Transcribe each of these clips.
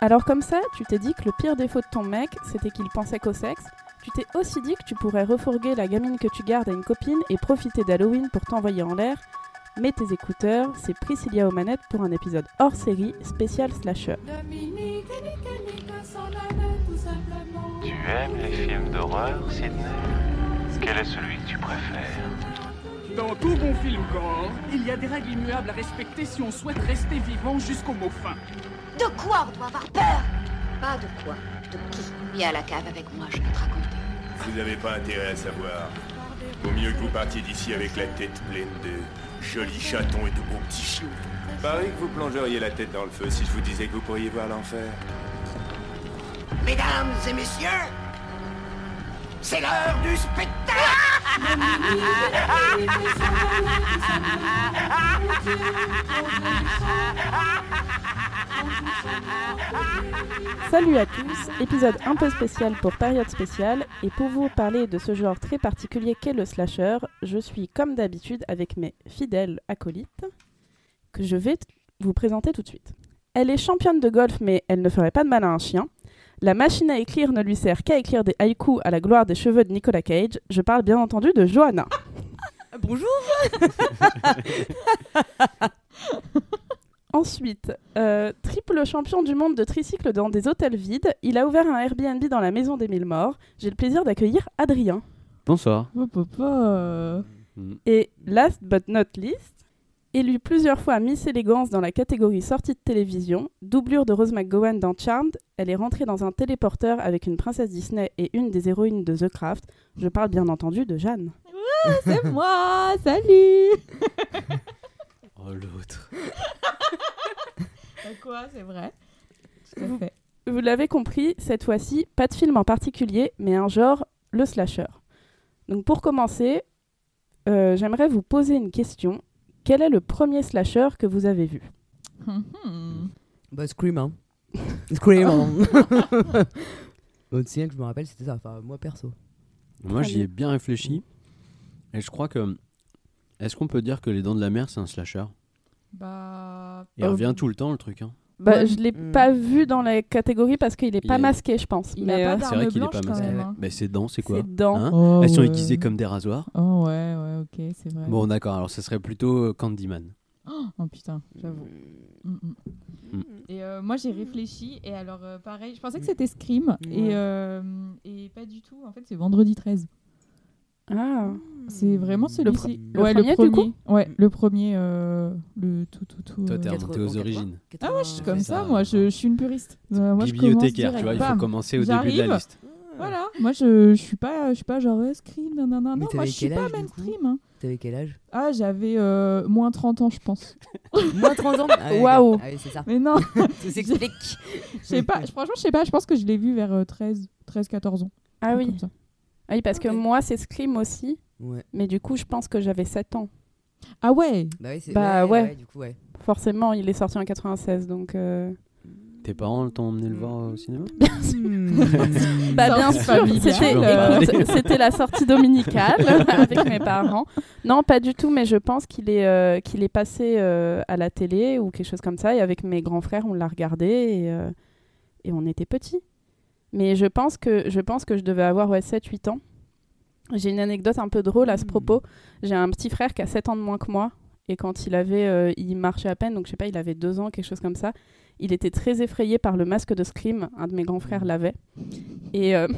Alors comme ça, tu t'es dit que le pire défaut de ton mec, c'était qu'il pensait qu'au sexe. Tu t'es aussi dit que tu pourrais refourguer la gamine que tu gardes à une copine et profiter d'Halloween pour t'envoyer en l'air. Mets tes écouteurs, c'est Priscilla aux manettes pour un épisode hors série spécial slasher. Tu aimes les films d'horreur, Sidney Quel est celui que tu préfères Dans tout bon film gore, il y a des règles immuables à respecter si on souhaite rester vivant jusqu'au mot fin. De quoi on doit avoir peur Pas de quoi, de qui Viens à la cave avec moi, je vais te raconter. Vous n'avez pas intérêt à savoir. Vaut mieux que vous partiez d'ici avec la tête pleine de jolis chatons et de beaux petits chiots. Pareil que vous plongeriez la tête dans le feu si je vous disais que vous pourriez voir l'enfer. Mesdames et messieurs, c'est l'heure du spectacle Salut à tous, épisode un peu spécial pour période spéciale, et pour vous parler de ce genre très particulier qu'est le slasher, je suis comme d'habitude avec mes fidèles acolytes, que je vais t- vous présenter tout de suite. Elle est championne de golf, mais elle ne ferait pas de mal à un chien. La machine à écrire ne lui sert qu'à écrire des haïkus à la gloire des cheveux de Nicolas Cage. Je parle bien entendu de Johanna. Bonjour Ensuite, euh, triple champion du monde de tricycle dans des hôtels vides, il a ouvert un Airbnb dans la maison des mille morts. J'ai le plaisir d'accueillir Adrien. Bonsoir. Et last but not least, élu plusieurs fois Miss Élégance dans la catégorie sortie de télévision, doublure de Rose McGowan dans Charmed, elle est rentrée dans un téléporteur avec une princesse Disney et une des héroïnes de The Craft. Je parle bien entendu de Jeanne. C'est moi Salut Oh l'autre. Quoi C'est vrai Tout Vous- à fait. Vous l'avez compris, cette fois-ci, pas de film en particulier, mais un genre, le slasher. Donc pour commencer, euh, j'aimerais vous poser une question. Quel est le premier slasher que vous avez vu Bah, Scream, hein. Ah. Scream, hein. Aussi, que je me rappelle, c'était ça. Enfin, moi perso. Moi j'y ai bien réfléchi. Et je crois que. Est-ce qu'on peut dire que Les Dents de la Mer c'est un slasher Bah. Il Euh, revient tout le temps le truc. Hein. bah, Ouais. Je ne l'ai Hmm. pas vu dans la catégorie parce qu'il n'est Il pas est- masqué, je pense. Il mais n'a pas euh, d'arme C'est vrai qu'il est blanche pas quand masqué. même. hein. Mais ses dents c'est quoi c'est dedans. Hein Oh, Elles sont ouais. aiguisées comme des rasoirs. Oh ouais, ouais, ok, c'est vrai. Bon d'accord, alors ce serait plutôt euh, Candyman. Oh putain, j'avoue. Mm, mm. Mm. Et euh, moi j'ai réfléchi, et alors euh, pareil, je Mm. pensais que c'était Scream, Ouais. et, euh, et pas du tout, en fait c'est Vendredi 13. Ah. Hein C'est vraiment celui pre- ci le premier, du coup Mm. Ouais, le premier, euh, le tout, tout, tout. Toi euh, t'es quatre- remonté aux en origines. Ah ouais, je suis J'ai comme fait ça, ça. moi, je, je suis une puriste. Euh, moi, je commence Bibliothécaire, direct, tu vois, il faut bam. commencer au début de J'arrive. la liste. Voilà, moi, je, je suis pas, je suis pas genre euh, scream, non, non, non, Mais non, moi, t'avais je suis quel pas âge, du mainstream. hein. T'avais quel âge Ah, j'avais euh, moins 30 ans, je pense. Moins 30 ans Ah ouais, Waouh. d'accord. Ah ouais, c'est ça. Mais non, Tout s'explique. je sais pas, je- franchement, je sais pas, je pense que je l'ai vu vers euh, 13, 13, 14 ans. Ah un truc oui. comme ça. Ah oui, parce que moi, c'est Scream aussi. Ouais. Mais du coup, je pense que j'avais 7 ans. Ah ouais, Bah, ouais, c'est- Bah, ouais. Du coup, ouais. Forcément, il est sorti en 96, donc... euh, Tes parents t'ont emmené le voir au cinéma Bah, Ah Non, bien sûr, c'est familial. c'était, Tu vas en écoute, c'était la sortie dominicale avec mes parents. Non, pas du tout, mais je pense qu'il est, euh, qu'il est passé euh, à la télé ou quelque chose comme ça. Et avec mes grands frères, on l'a regardé et, euh, et on était petits. Mais je pense que je, pense que je devais avoir 7-8 ans. J'ai une anecdote un peu drôle à ce Hmm. propos. J'ai un petit frère qui a 7 ans de moins que moi. Et quand il avait, euh, il marchait à peine, donc je sais pas, il avait 2 ans, quelque chose comme ça. Il était très effrayé par le masque de Scream. Un de mes grands frères l'avait. Et euh,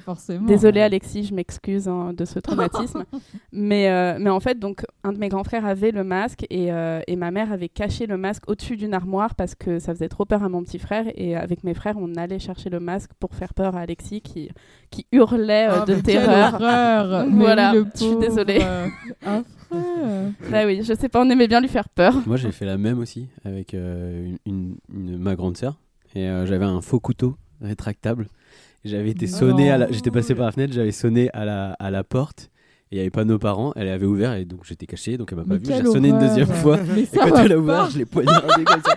forcément. Désolée Alexis, je m'excuse hein, de ce traumatisme. mais, euh, mais en fait, donc, un de mes grands frères avait le masque et, euh, et ma mère avait caché le masque au-dessus d'une armoire parce que ça faisait trop peur à mon petit frère. Et euh, avec mes frères, on allait chercher le masque pour faire peur à Alexis qui, qui hurlait euh, Ah, de mais quelle terreur. horreur. Mais Voilà, oui, le je suis pauvre, désolée. euh, affreux. Bah oui, je sais pas, on aimait bien lui faire peur. Moi, j'ai fait la même aussi avec euh, une, une- une- ma grande sœur. Et euh, j'avais un faux couteau rétractable. J'avais été Oh sonné à non. la... J'étais passé par la fenêtre, j'avais sonné à la, à la porte. Et il n'y avait pas nos parents. Elle avait ouvert et donc j'étais caché, donc elle m'a pas Mais vu. quelle J'ai sonné une horreur. deuxième fois. Mais Et ça quand va elle a pas. ouvert, je l'ai poignardé comme ça.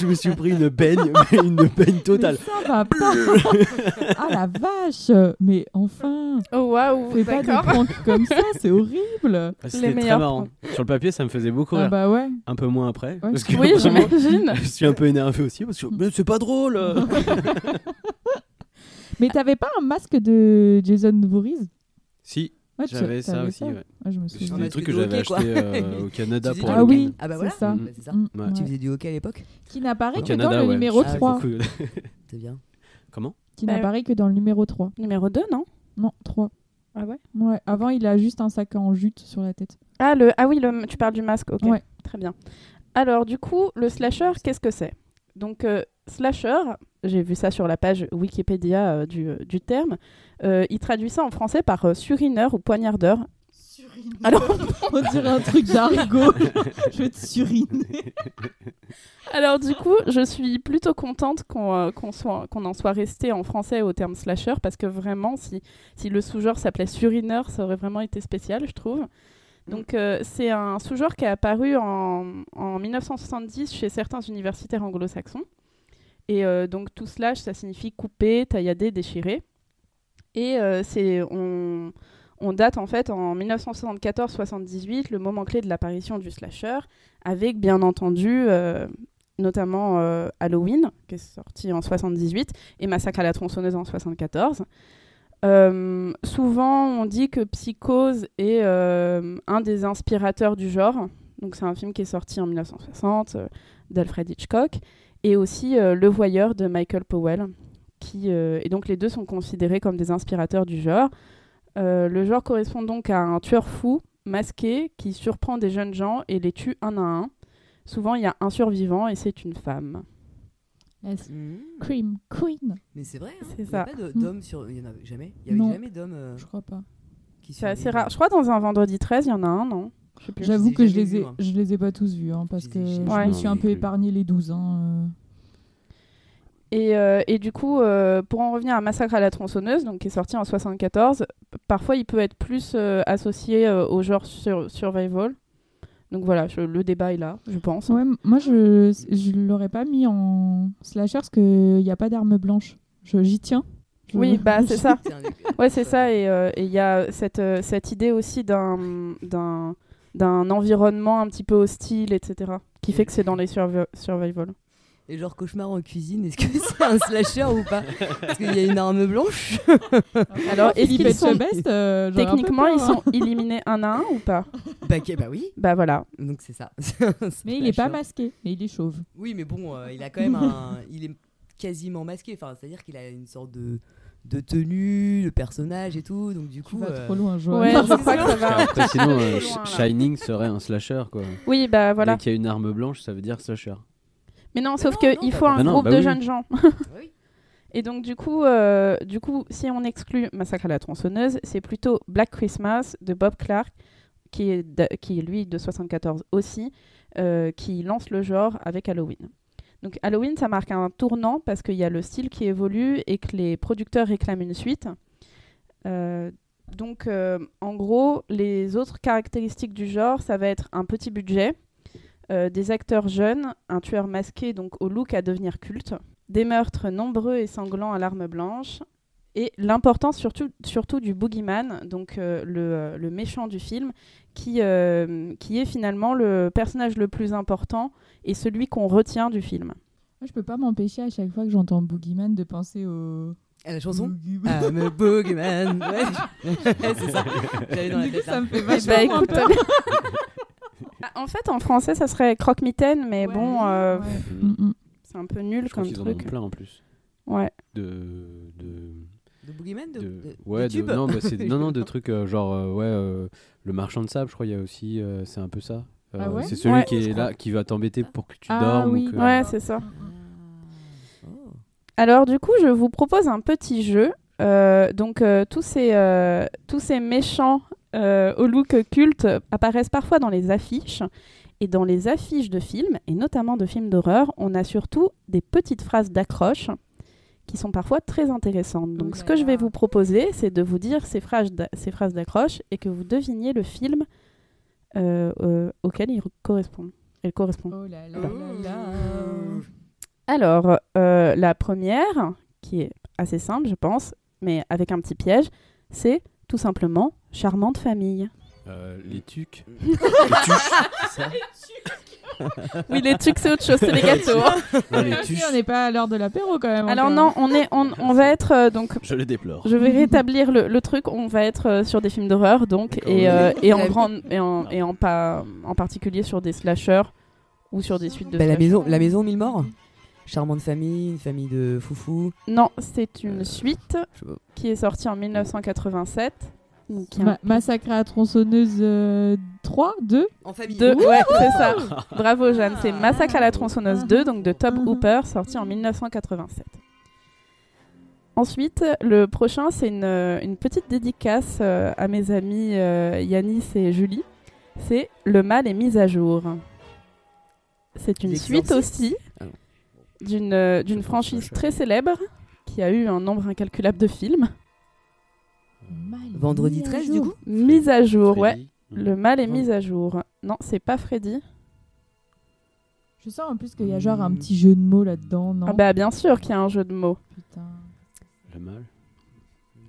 je me suis pris une baigne, mais une baigne totale. Mais ça va pas. ah la vache Mais enfin Oh waouh, Fais pas des d'accord. pranks comme ça, c'est horrible Ah, C'était très meilleurs marrant. Sur le papier, ça me faisait beaucoup Ah rire. bah ouais. Un peu moins après. Parce que Oui, vraiment, j'imagine. je suis un peu énervé aussi parce que mais c'est pas drôle. Mais t'avais pas un masque de Jason Voorhees si, Ouais, tu- j'avais ça t'avais aussi. ouais. Ah, je me C'était souviens. Un des masque trucs de que j'avais hockey, quoi. achetés euh, au Canada Tu pour faisais Ah le oui, Ah bah c'est voilà. ça. Mm. c'est ça. Mm, Ouais. ouais. Tu faisais du hockey à l'époque Qui n'apparaît Au que dans Canada, le ouais. numéro Ah, 3. cool. C'est bien. Comment Qui Bah oui. n'apparaît que dans le numéro 3. Numéro 2, non Non, 3. Ah ouais Ouais, avant il a juste un sac en jute sur la tête. Ah, le... ah oui, le... tu parles du masque, ok. Ouais. Très bien. Alors, du coup, le slasher, qu'est-ce que c'est Donc, euh, slasher, j'ai vu ça sur la page Wikipédia euh, du, du terme, euh, il traduit ça en français par euh, surineur ou poignardeur. Alors, On dirait un truc d'argot. je vais te suriner. alors, du coup, je suis plutôt contente qu'on euh, qu'on soit- qu'on en soit resté en français au terme slasher, parce que vraiment, si, si le sous-genre s'appelait surineur, ça aurait vraiment été spécial, je trouve. Donc, euh, c'est un sous-genre qui est apparu en, en 1970 chez certains universitaires anglo-saxons. Et euh, donc, tout slash, ça signifie couper, taillader, déchirer. Et euh, c'est, on, on date en fait en 1974-78 le moment clé de l'apparition du slasher, avec bien entendu euh, notamment euh, Halloween, qui est sorti en 78, et Massacre à la tronçonneuse en 74. Euh, souvent, on dit que Psychose est euh, un des inspirateurs du genre. Donc, c'est un film qui est sorti en 1960 euh, d'Alfred Hitchcock et aussi euh, Le Voyeur de Michael Powell. Qui, euh, et donc, les deux sont considérés comme des inspirateurs du genre. Euh, le genre correspond donc à un tueur fou masqué qui surprend des jeunes gens et les tue un à un. Souvent, il y a un survivant et c'est une femme. Mm. Cream Queen. Mais c'est vrai. Hein. C'est Il y ça. a pas de- d'hommes sur. Il y en avait jamais. Il y avait Mm. Non. jamais d'hommes euh, Je crois pas. qui Mmh. C'est assez survivent. rare. Je crois dans un vendredi 13, il y en a un, non Je sais plus. Je les J'avoue ai que je jamais les ai, vus, hein. je les ai pas tous vus hein, parce Je que les ai je jamais me vus. suis un Non, peu mais- épargné les hein, euh. 12 ans. Et, euh, et du coup, euh, pour en revenir à Massacre à la tronçonneuse, donc, qui est sorti en 74, p- parfois il peut être plus euh, associé euh, au genre sur- survival. Donc voilà, je- le débat est là, je pense. Ouais, m- moi je je l'aurais pas mis en slasher parce que y a pas d'arme blanche. Je j'y tiens. Je- Oui, bah c'est ça. C'est un des- Ouais, c'est ça. Et euh, et il y a cette, euh, cette idée aussi d'un, d'un, d'un environnement un petit peu hostile, etc. Qui fait que c'est dans les survi- survival. Et genre cauchemar en cuisine, est-ce que c'est un slasher ou pas Parce qu'il y a une arme blanche. Alors, est-ce Philippe qu'ils sont... Etchebest, euh, j'aurais un peu Techniquement, peur, ils hein. sont éliminés un à un ou pas bah, que- bah oui, Bah voilà. donc c'est ça. C'est un Mais il est pas slasher. masqué, mais il est chauve. Oui, mais bon, euh, il a quand même un. Il est quasiment masqué. Enfin, c'est-à-dire qu'il a une sorte de, de tenue, de personnage et tout. Donc du Tu coup. vas euh, trop loin, Joël. Ouais, je crois que ça Car va. après, sinon, Trop euh, loin, là. Shining serait un slasher quoi. Oui, bah voilà. Dès qu'il y a une arme blanche, ça veut dire slasher. Mais non, sauf non, que non, il bah faut non. un Bah non, groupe bah de oui. jeunes gens. oui. Et donc, du coup, euh, du coup, si on exclut Massacre à la tronçonneuse, c'est plutôt Black Christmas de Bob Clark, qui est, de- qui est lui de 74 aussi, euh, qui lance le genre avec Halloween. Donc, Halloween, ça marque un tournant parce qu'il y a le style qui évolue et que les producteurs réclament une suite. Euh, donc, euh, en gros, les autres caractéristiques du genre, ça va être un petit budget, euh, des acteurs jeunes, un tueur masqué, donc au look à devenir culte des meurtres nombreux et sanglants à l'arme blanche, et l'importance surtout, surtout du boogeyman, donc euh, le, euh, le méchant du film, qui, euh, qui est finalement le personnage le plus important et celui qu'on retient du film. Moi, je peux pas m'empêcher à chaque fois que j'entends Boogeyman de penser au. Ah, la chanson Boogeyman. I'm a boogeyman. Ouais, Ouais, c'est ça. J'avais dans la Du coup, tête, ça là. me fait Eh vachement ben, écoute, peur. Ah, en fait, en français, ça serait croque-mitaine, mais Ouais, bon, euh, ouais. Mm. Mm, mm. c'est un peu nul Je crois comme qu'ils en ont truc. plein en plus. Ouais. De, de De boogeyman de, de- de- ouais, de de- tube non, bah, c'est- non, non, de trucs euh, genre, euh, ouais, euh, le marchand de sable, je crois, il y a aussi, euh, c'est un peu ça. Euh, Ah ouais c'est celui Ouais, qui je est crois. là, qui va t'embêter pour que tu Ah dormes. oui. ou que- Ouais, c'est ça. Oh. Alors du coup, je vous propose un petit jeu. Euh, donc euh, tous, ces, euh, tous ces méchants euh, au look culte apparaissent parfois dans les affiches. Et dans les affiches de films, et notamment de films d'horreur, on a surtout des petites phrases d'accroche qui sont parfois très intéressantes. Donc Oh ce là que je vais là. vous proposer, c'est de vous dire ces phrases d'a- ces phrases d'accroche et que vous deviniez le film euh, euh, auquel ils re- correspondent. Elle correspond. Oh là là là là. Oh. Alors, euh, la première, qui est assez simple, je pense, mais avec un petit piège, c'est tout simplement charmante famille. Euh, les tucs. Oui, les trucs, c'est autre chose, c'est les gâteaux. hein. Non, les Ah, si, tuches, on n'est pas à l'heure de l'apéro quand même. Alors encore. non, on, est, on, on va être... euh, donc, je les déplore. je vais rétablir le, le truc, on va être euh, sur des films d'horreur, donc, D'accord. et, euh, et, en, Ouais. grand, et, en, et en, pas, en particulier sur des slashers ou sur des suites de... Bah, la, slashers. maison, la maison aux mille morts. Charmante famille, une famille de foufou. Non, c'est une suite Je sais pas. qui est sortie en 1987. donc qui est un- Ma- massacre à la tronçonneuse euh, 3, 2. En famille. De... Ouais, c'est ça. Bravo Jeanne, c'est Ah. Massacre à la tronçonneuse 2, donc de Top Mhm. Hooper, sorti en 1987. Ensuite, le prochain, c'est une, euh, une petite dédicace euh, à mes amis euh, Yanis et Julie. C'est Le mal est mis à jour. C'est une suite L'Exorciste aussi Ah non. d'une euh, d'une pense franchise que je- très célèbre qui a eu un nombre incalculable de films. Vendredi 13 du coup. Mise à jour, Freddy. Mmh. Oh. ouais. Le mal est Non. mis à jour. Non, c'est pas Freddy. Je sens en plus qu'il y a genre un Hmm. petit jeu de mots là-dedans, non Ah bah bien sûr qu'il y a un jeu de mots. Putain. Le mal.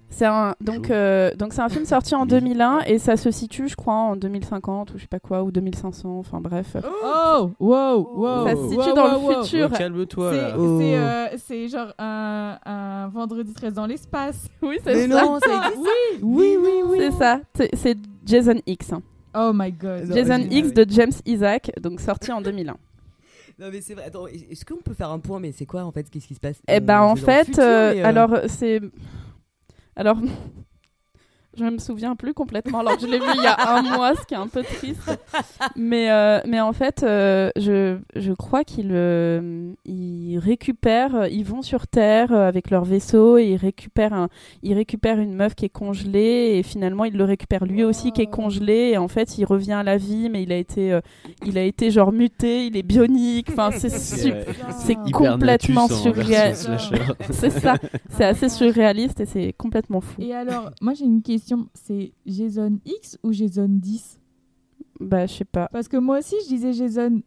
C'est un donc Jour. euh, donc c'est un film sorti en Oui. 2001 et ça se situe je crois en 2050 ou je sais pas quoi ou 2500 enfin bref. Oh, wow, wow. Ça se wow, situe wow, dans le wow. futur. Calme-toi C'est- là. Oh. C'est euh, c'est genre un, un vendredi 13 dans l'espace. Oui Mais c'est ça. non, ça existe. Oui, oui, oui, oui. C'est ça. C'est- C'est Jason X. hein. Oh my god. Non, Jason original, X oui. de James Isaac donc sorti en 2001. Non mais c'est vrai. Attends, est-ce qu'on peut faire un point Mais c'est quoi en fait Qu'est-ce qui se passe Eh Euh, ben en c'est dans le fait futur, euh, mais, euh, alors c'est alors je me souviens plus complètement alors que je l'ai vu il y a un mois ce qui est un peu triste mais euh, mais en fait euh, je, je crois qu'ils euh, ils récupèrent euh, ils vont sur terre euh, avec leur vaisseau et ils récupèrent un, ils récupèrent une meuf qui est congelée et finalement ils le récupèrent lui aussi Oh. qui est congelé et en fait il revient à la vie mais il a été euh, il a été genre muté il est bionique enfin c'est super euh, c'est Ah. Hibernatus complètement en version surréal. slasher. C'est ça, c'est assez surréaliste et c'est complètement fou. Et alors, moi j'ai une question, c'est Jason X ou Jason 10 Bah, je sais pas. Parce que moi aussi je disais Jason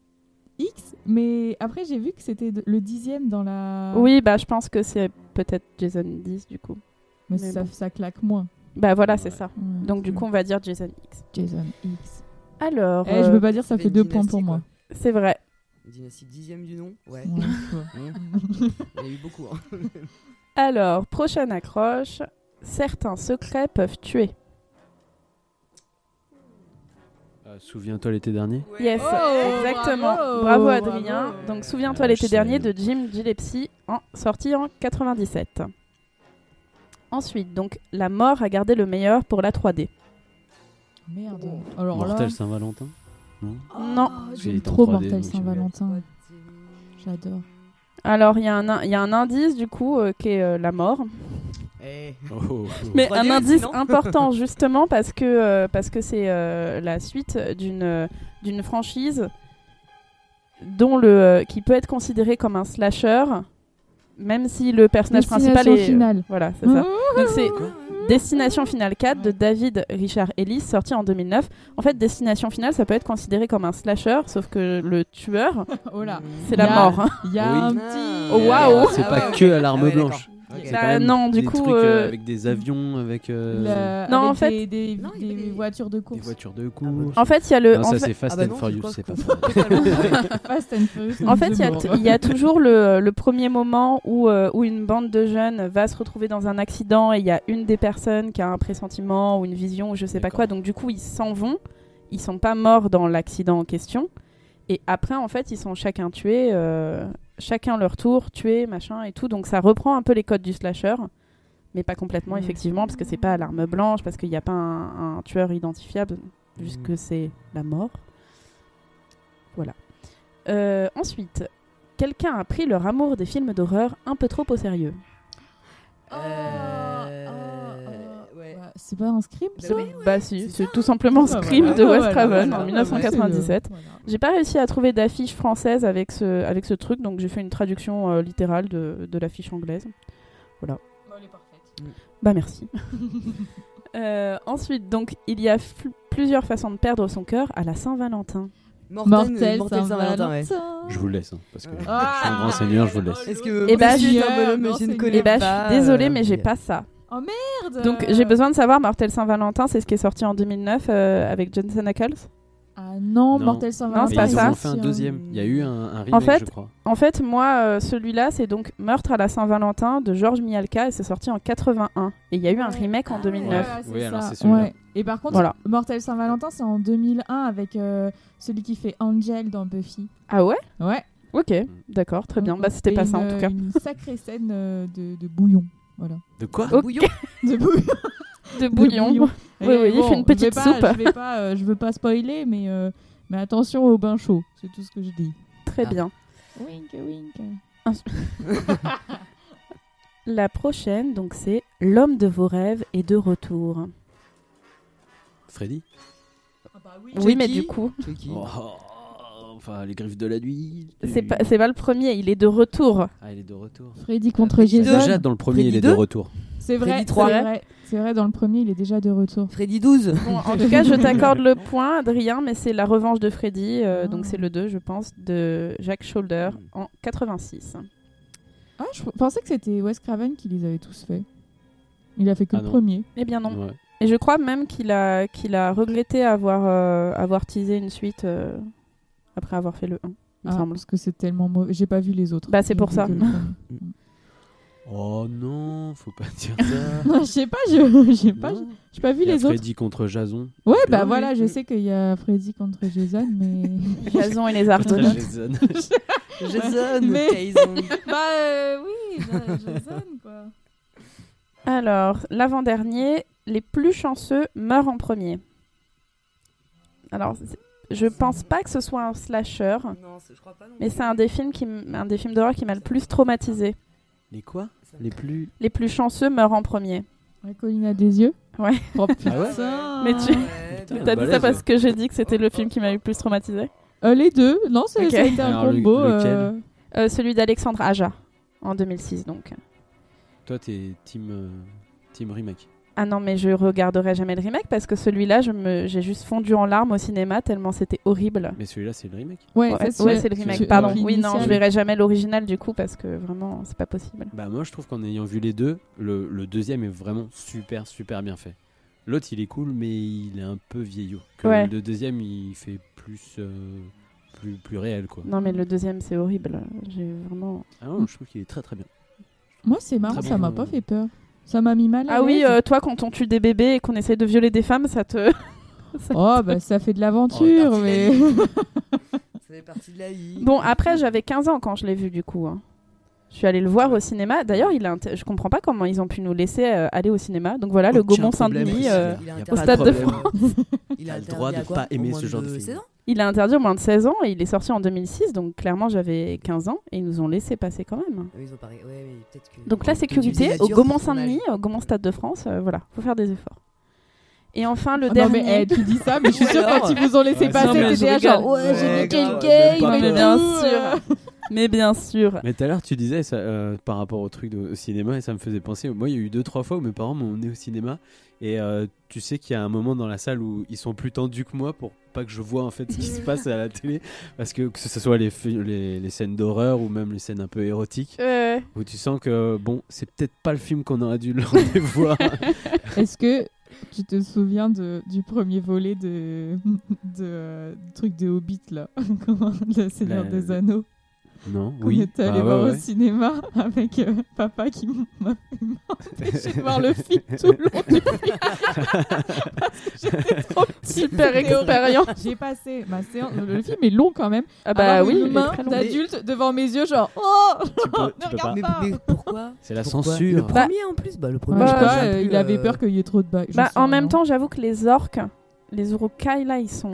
X, mais après j'ai vu que c'était de- le dixième dans la... Oui, bah, je pense que c'est peut-être Jason 10 du coup. Mais, mais ça, bon. ça claque moins. Bah, voilà, c'est Ouais. ça. Ouais. Donc, du coup, on va dire Jason X. Jason X. Alors, Eh, je euh, peux pas dire, ça fait une deux points pour dynastie, moi. c'est vrai. quoi. Une Dynastie dixième du nom. Ouais. Ouais, tu vois. Il y a eu beaucoup. hein. Alors, prochaine accroche. Certains secrets peuvent tuer. Euh, Souviens-toi l'été dernier. Yes, Oh, exactement. bravo, Bravo, Adrien. bravo. Donc, souviens-toi Ah, l'été je savais. dernier de Jim Gillespie, en, sorti en 97. Ensuite, donc, la mort a gardé le meilleur pour la 3D. Merde. Alors Mortel là... Saint-Valentin. Non. non. Il J'aime est en trop 3D, Mortel donc, euh, Saint-Valentin. J'adore. Alors, il y, a un in- il y a un indice, du coup, euh, qui est euh, la mort. Eh. Oh. Mais 3D un aussi, indice non important, justement, parce que euh, parce que c'est euh, la suite d'une euh, d'une franchise dont le, euh, qui peut être considéré comme un slasher, même si le personnage principal Destination est... euh, finale. Mmh. Voilà, c'est ça. Donc c'est Quoi Destination Finale 4 de David Richard Ellis, sorti en 2009. En fait, Destination Finale, ça peut être considéré comme un slasher, sauf que le tueur, Oh là. c'est la Yeah. mort. Il y a Oui. un petit... Oh, waouh. C'est Hmm. Ah pas ouais, que ok. à l'arme Ah ouais, blanche. d'accord. C'est Bah, quand même non, du des coup, trucs, euh, euh, avec des avions, avec euh, La- Non, avec en fait- des, des, Non, il y des avait des- voitures de des course. voitures de course. En fait, il y a le. Non, en ça fait- c'est Fast Ah bah and non, je Furious, crois c'est que- pas ça. Fast and Furious. En fait, il y, a Mort. t- il y a toujours le, le premier moment où, euh, où une bande de jeunes va se retrouver dans un accident et il y a une des personnes qui a un pressentiment ou une vision ou je sais pas D'accord. quoi. Donc du coup, ils s'en vont. Ils sont pas morts dans l'accident en question. Et après, en fait, ils sont chacun tués, euh, chacun leur tour, tués, machin et tout. Donc ça reprend un peu les codes du slasher, mais pas complètement, Mhm. effectivement, parce que c'est pas à l'arme blanche, parce qu'il n'y a pas un, un tueur identifiable, vu Mm. que c'est la mort. Voilà. Euh, ensuite, quelqu'un a pris leur amour des films d'horreur un peu trop au sérieux. Oh, Euh, oh, oh. ouais. Ouais, C'est pas un script, Bah ça oui. bah c'est si, ça. c'est tout simplement Ah, Scream voilà. de Wes Voilà, Craven voilà, en voilà, voilà. 1997. Voilà. J'ai pas réussi à trouver d'affiche française avec ce, avec ce truc, donc j'ai fait une traduction euh, littérale de, de l'affiche anglaise. Bon, elle est parfaite. Bah merci. Euh, ensuite, donc, il y a fl- plusieurs façons de perdre son cœur à la Saint-Valentin. Morten, Mortel, euh, Mortel Saint-Valentin, ouais. Je vous laisse, hein, parce que Ah. je suis un grand seigneur, je vous laisse. Est-ce que Eh bah, monsieur je- est un bonhomme, mais je ne Eh connais Et bah, je pas, suis désolée, euh, mais j'ai ok. pas ça. Oh merde Donc, j'ai besoin de savoir Mortel Saint-Valentin, c'est ce qui est sorti en 2009 euh, avec Jensen Ackles. Ah non, Non. Mortel Saint-Valentin. Non, Mais c'est pas ils ça. ont fait un deuxième. Il y a eu un, un remake, fait, je crois. En fait, moi, euh, celui-là, c'est donc Meurtre à la Saint-Valentin de Georges Mialka et c'est sorti en 81. Et il y a eu un Ah remake en 2009. Ouais. Oui, alors c'est celui-là. Et par contre, Voilà. Mortel Saint-Valentin, c'est en 2001 avec euh, celui qui fait Angel dans Buffy. Ah ouais Ouais. Ok, d'accord, très bien. Bah, c'était Et pas ça en une- tout cas. Une sacrée scène euh, de, de bouillon. Voilà. De quoi Oh. Bouillon De bouillon. euh, De bouillon. Et Oui, oui, il fait une je vais petite pas- soupe. Je, vais pas, euh, je veux pas spoiler, mais, euh, mais attention au bain chaud. C'est tout ce que je dis. Très bien. Wink, wink. La prochaine, donc, c'est L'homme de vos rêves est de retour. Freddy Oui, Chucky. mais du coup, Chucky. Oh, Enfin, les griffes de la nuit. c'est pas, c'est pas le premier, il est de retour. Ah, il est de retour. Bah, Freddy contre Freddy deux. Jason. Déjà, dans le premier, Freddy il est de deux retour. C'est vrai, Freddy trois. c'est vrai. C'est vrai, dans le premier, il est déjà de retour. Freddy 12. Bon, en tout cas, je t'accorde le point, Adrien, mais c'est la revanche de Freddy, euh, donc c'est le 2, je pense, de Jacques Scholder en 86. Ah, je pensais que c'était Wes Craven qui les avait tous faits. Il a fait que Ah le non. premier. Eh bien non. Ouais. Et je crois même qu'il a, qu'il a regretté avoir, euh, avoir teasé une suite euh, après avoir fait le 1, il me Ah, semble. parce que c'est tellement mauvais. J'ai pas vu les autres. euh, Bah, c'est J'ai pour vu ça. que le premier. Oh non, faut pas dire ça. Non, je sais pas, je j'ai pas, Non. j'ai pas vu Il y a les autres. Freddy contre Jason. Ouais, Ah bah oui. voilà, je sais qu'il y a Freddy contre Jason, mais. Jason et les Contre Argonautes. Jason. Jason, Mais- Jason. bah oui, Jason quoi. Alors, l'avant-dernier, les plus chanceux meurent en premier. Alors, c'est- je pense pas que ce soit un slasher, Non, c'est- je crois pas non. mais c'est un des films qui, m- un des films d'horreur qui m'a le plus traumatisé. Les quoi Les plus. Les plus chanceux meurent en premier. La colline a des yeux. Ouais. Oh putain. Ah ouais Mais tu- Ah, T'as dit ça balèze. parce que j'ai dit que c'était le film qui m'avait le plus traumatisé. Euh, les deux, non, c'est Ok. ça a été un Alors, le- combo. lequel euh, Euh, celui d'Alexandre Aja en 2006 donc. Toi, t'es team, euh, team remake. Ah non mais je regarderai jamais le remake parce que celui-là je me j'ai juste fondu en larmes au cinéma tellement c'était horrible. Mais celui-là, c'est le remake. Ouais, Ouais, ça, ouais, c'est le tu- remake tu- pardon. tu- Oui non je l'initial. verrai jamais l'original du coup parce que vraiment c'est pas possible. Bah, moi, je trouve qu'en ayant vu les deux, le, le deuxième est vraiment super, super bien fait. L'autre, il est cool, mais il est un peu vieillot. Que Ouais. Le deuxième, il fait plus, euh, plus, plus réel, quoi. Non mais le deuxième c'est horrible. J'ai vraiment Ah non, je trouve qu'il est très, très bien. Moi, c'est marrant, Très ça bon. m'a pas fait peur. Ça m'a mis mal à Ah oui l'aise. euh, toi quand on tue des bébés et qu'on essaye de violer des femmes ça te Oh bah ça fait de l'aventure, Oh, mais. Ça fait partie de la vie. Bon, après, j'avais 15 ans quand je l'ai vu, du coup. hein. Je suis allée le voir au cinéma. D'ailleurs, il a inté- je comprends pas comment ils ont pu nous laisser euh, aller au cinéma. Donc voilà, le Aucun Gaumont-Saint-Denis, problème, euh, Priscilla. y Il a a interdit pas au Stade de problème. France. Il T'as le interdit droit de à quoi pas aimer Au moins ce genre de film. saison il a interdit au moins de 16 ans et il est sorti en 2006. Donc clairement, j'avais 15 ans et ils nous ont laissé passer quand même. Ah oui, ils ont parlé. Ouais, mais peut-être que. Donc la Ils ont sécurité utilisé la au dure Gaumont-Saint-Denis, tournage. au Gaumont-Stade de France, euh, voilà, faut faire des efforts. Et enfin, le Oh, non dernier. mais eh, tu dis ça, mais je suis sûre Alors quand ils vous ont laissé Ouais, non, passer, mais t'étais là je rigole. genre ouais j'ai Ouais, vu grave, quelqu'un, il même pas m'a mais peur. bien tout, euh. sûr, mais bien sûr. Mais tout à l'heure, tu disais ça, euh, par rapport au truc de, au cinéma, et ça me faisait penser. Moi, il y a eu deux, trois fois où mes parents m'ont emmené au cinéma, et euh, tu sais qu'il y a un moment dans la salle où ils sont plus tendus que moi pour pas que je vois en fait ce qui se passe à la télé, parce que que ce soit les, fi- les, les scènes d'horreur ou même les scènes un peu érotiques, Euh, où tu sens que bon, c'est peut-être pas le film qu'on aurait dû leur voir. Est-ce que tu te souviens de, du premier volet de, de euh, truc de Hobbit là, Comment le Seigneur La- des Anneaux, non, qu'on oui. était allé Bah, voir ouais, au ouais. cinéma avec euh, papa qui m'a empêché de voir le film tout le long du film. Parce que j'étais trop petite, Super c'était horrible. expérience. J'ai passé ma séance. Le film est long quand même. Ah bah Avoir oui, il une est main très long. d'adulte devant mes yeux, genre oh, ne Tu peux, tu peux pas. euh. regarde Mais, pas. mais pourquoi C'est la Pourquoi censure. Le premier en plus Bah, le premier. Bah, je je sais pas, j'ai euh, plus, il avait euh, peur qu'il y ait trop de bails. j'en Bah, sais en même rien. temps, j'avoue que les orques, les urukai là, ils sont,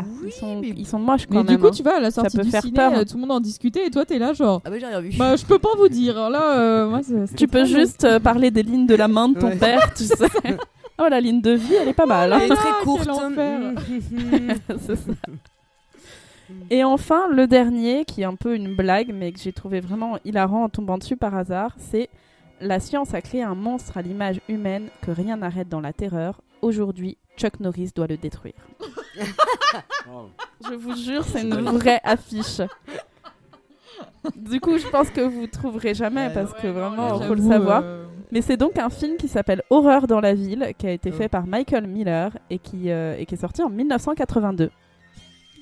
ah, oui, ils sont, mais- ils sont moches quand Mais même. du coup, hein. tu vois, à la sortie peut du faire ciné, peur. euh, tout le monde en discutait et toi, t'es là, genre, Ah, bah, j'ai rien vu. bah, je peux pas vous dire. Alors Là, euh, moi, c'est- c'était Tu peux très juste euh, parler des lignes de la main de ton Ouais. père, tu sais. Oh, la ligne de vie, elle est pas mal. hein. Elle est très Ah, quel courte. enfer. euh, C'est ça. Mm. Et enfin, le dernier, qui est un peu une blague, mais que j'ai trouvé vraiment hilarant en tombant dessus par hasard, c'est La science a créé un monstre à l'image humaine que rien n'arrête dans la terreur. Aujourd'hui, Chuck Norris doit le détruire. Wow. Je vous jure, c'est une vraie affiche. Du coup, je pense que vous trouverez jamais Ouais, parce que Ouais, non, vraiment, là, faut le j'avoue, savoir. euh, Mais c'est donc un film qui s'appelle Horreur dans la ville, qui a été Oh. fait par Michael Miller et qui, euh, et qui est sorti en 1982.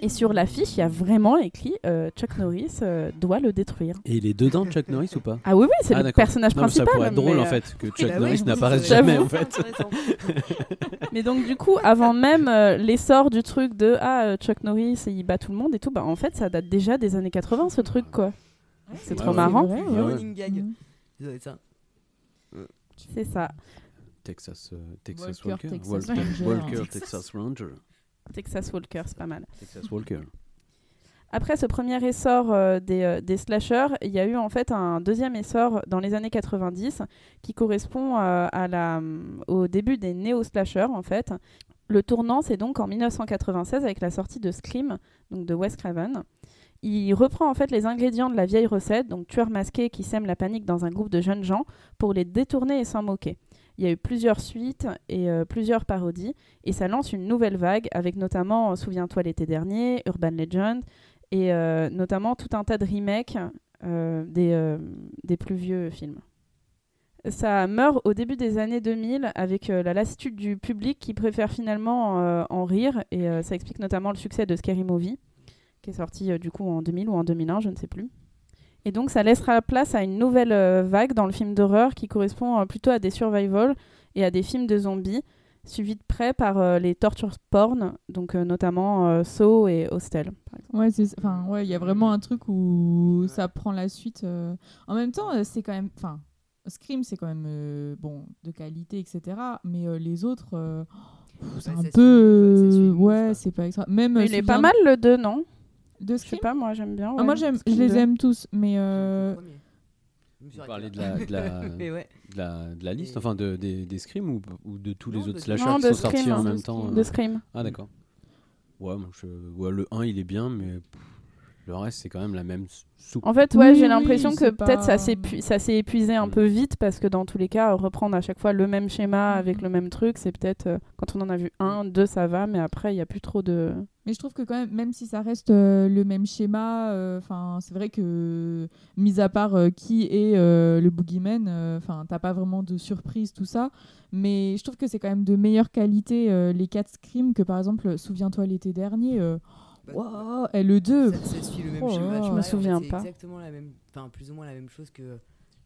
Et sur l'affiche, il y a vraiment écrit euh, Chuck Norris euh, doit le détruire. Et il est dedans, Chuck Norris ou pas Ah oui, oui, c'est Ah, le d'accord. personnage Non, mais ça principal. pourrait être drôle mais, en euh, fait que Chuck bah oui, Norris je me n'apparaisse suis- jamais J'avoue. en fait. Mais donc du coup, avant même euh, l'essor du truc de ah euh, Chuck Norris il bat tout le monde et tout, bah en fait ça date déjà des années 80 ce truc quoi. C'est trop ouais. marrant. Ah, vrai, ouais. Running gag. Mhm. Ça doit être ça. C'est ça. Texas, euh, Texas Walker, Walker, Texas Walker, Ranger. Walker, Texas. Texas Ranger, Texas Walker, c'est pas mal. Texas Walker. Après ce premier essor euh, des, euh, des slashers, il y a eu en fait un deuxième essor dans les années 90 qui correspond euh, à la, au début des néo-slashers en fait. Le tournant, c'est donc en 1996 avec la sortie de Scream, donc de Wes Craven. Il reprend en fait les ingrédients de la vieille recette, donc tueur masqué qui sème la panique dans un groupe de jeunes gens pour les détourner et s'en moquer. Il y a eu plusieurs suites et euh, plusieurs parodies, et ça lance une nouvelle vague avec notamment euh, Souviens-toi l'été dernier, Urban Legend, et euh, notamment tout un tas de remakes euh, des, euh, des plus vieux films. Ça meurt au début des années 2000 avec euh, la lassitude du public qui préfère finalement euh, en rire et euh, ça explique notamment le succès de Scary Movie qui est sorti euh, du coup en 2000 ou en 2001, je ne sais plus. Et donc ça laissera place à une nouvelle euh, vague dans le film d'horreur qui correspond euh, plutôt à des survival et à des films de zombies suivis de près par euh, les torture porn, donc euh, notamment euh, Saw et Hostel. par exemple. Ouais, c'est enfin ouais, il y a vraiment un truc où ça prend la suite. euh. En même temps, euh, c'est quand même enfin Scream c'est quand même euh, bon de qualité etc. Mais euh, les autres euh, pff, c'est Ouais, un ça peu suit, ouais, ça suit euh, de ouf, ouais quoi. c'est pas extra. Même euh, il est Souviens- pas mal le 2, non de Je sais Scream. pas, moi j'aime bien. Ah, ouais, moi j'aime, je Scream les 2. aime tous, mais euh, Vous parlez de la, de la, Mais ouais. de la, de la liste, enfin de, des, des Scream ou, ou de tous Non, les de autres Scream. slashers Non, qui de sont Scream, sortis en hein. même temps. De euh. Scream. Ah d'accord. Ouais, moi, je... ouais, le 1 il est bien, mais pff, le reste c'est quand même la même soupe. En fait, ouais, Oui, j'ai oui, l'impression que c'est peut-être ça pas- s'est pu- ça s'est épuisé un Mm. peu vite parce que dans tous les cas, reprendre à chaque fois le même schéma avec le même truc, c'est peut-être euh, quand on en a vu un, deux, ça va, mais après il y a plus trop de. mais je trouve que quand même, même si ça reste euh, le même schéma, euh, enfin c'est vrai que mis à part euh, qui est euh, le boogeyman, euh, enfin t'as pas vraiment de surprise tout ça, mais je trouve que c'est quand même de meilleure qualité euh, les quatre screams que par exemple souviens-toi l'été dernier, euh, wow, et le 2 Bah, Ça, ça suit le même Oh, schéma. je me tu vois, et en fait, souviens c'est pas. Exactement la même, enfin plus ou moins la même chose que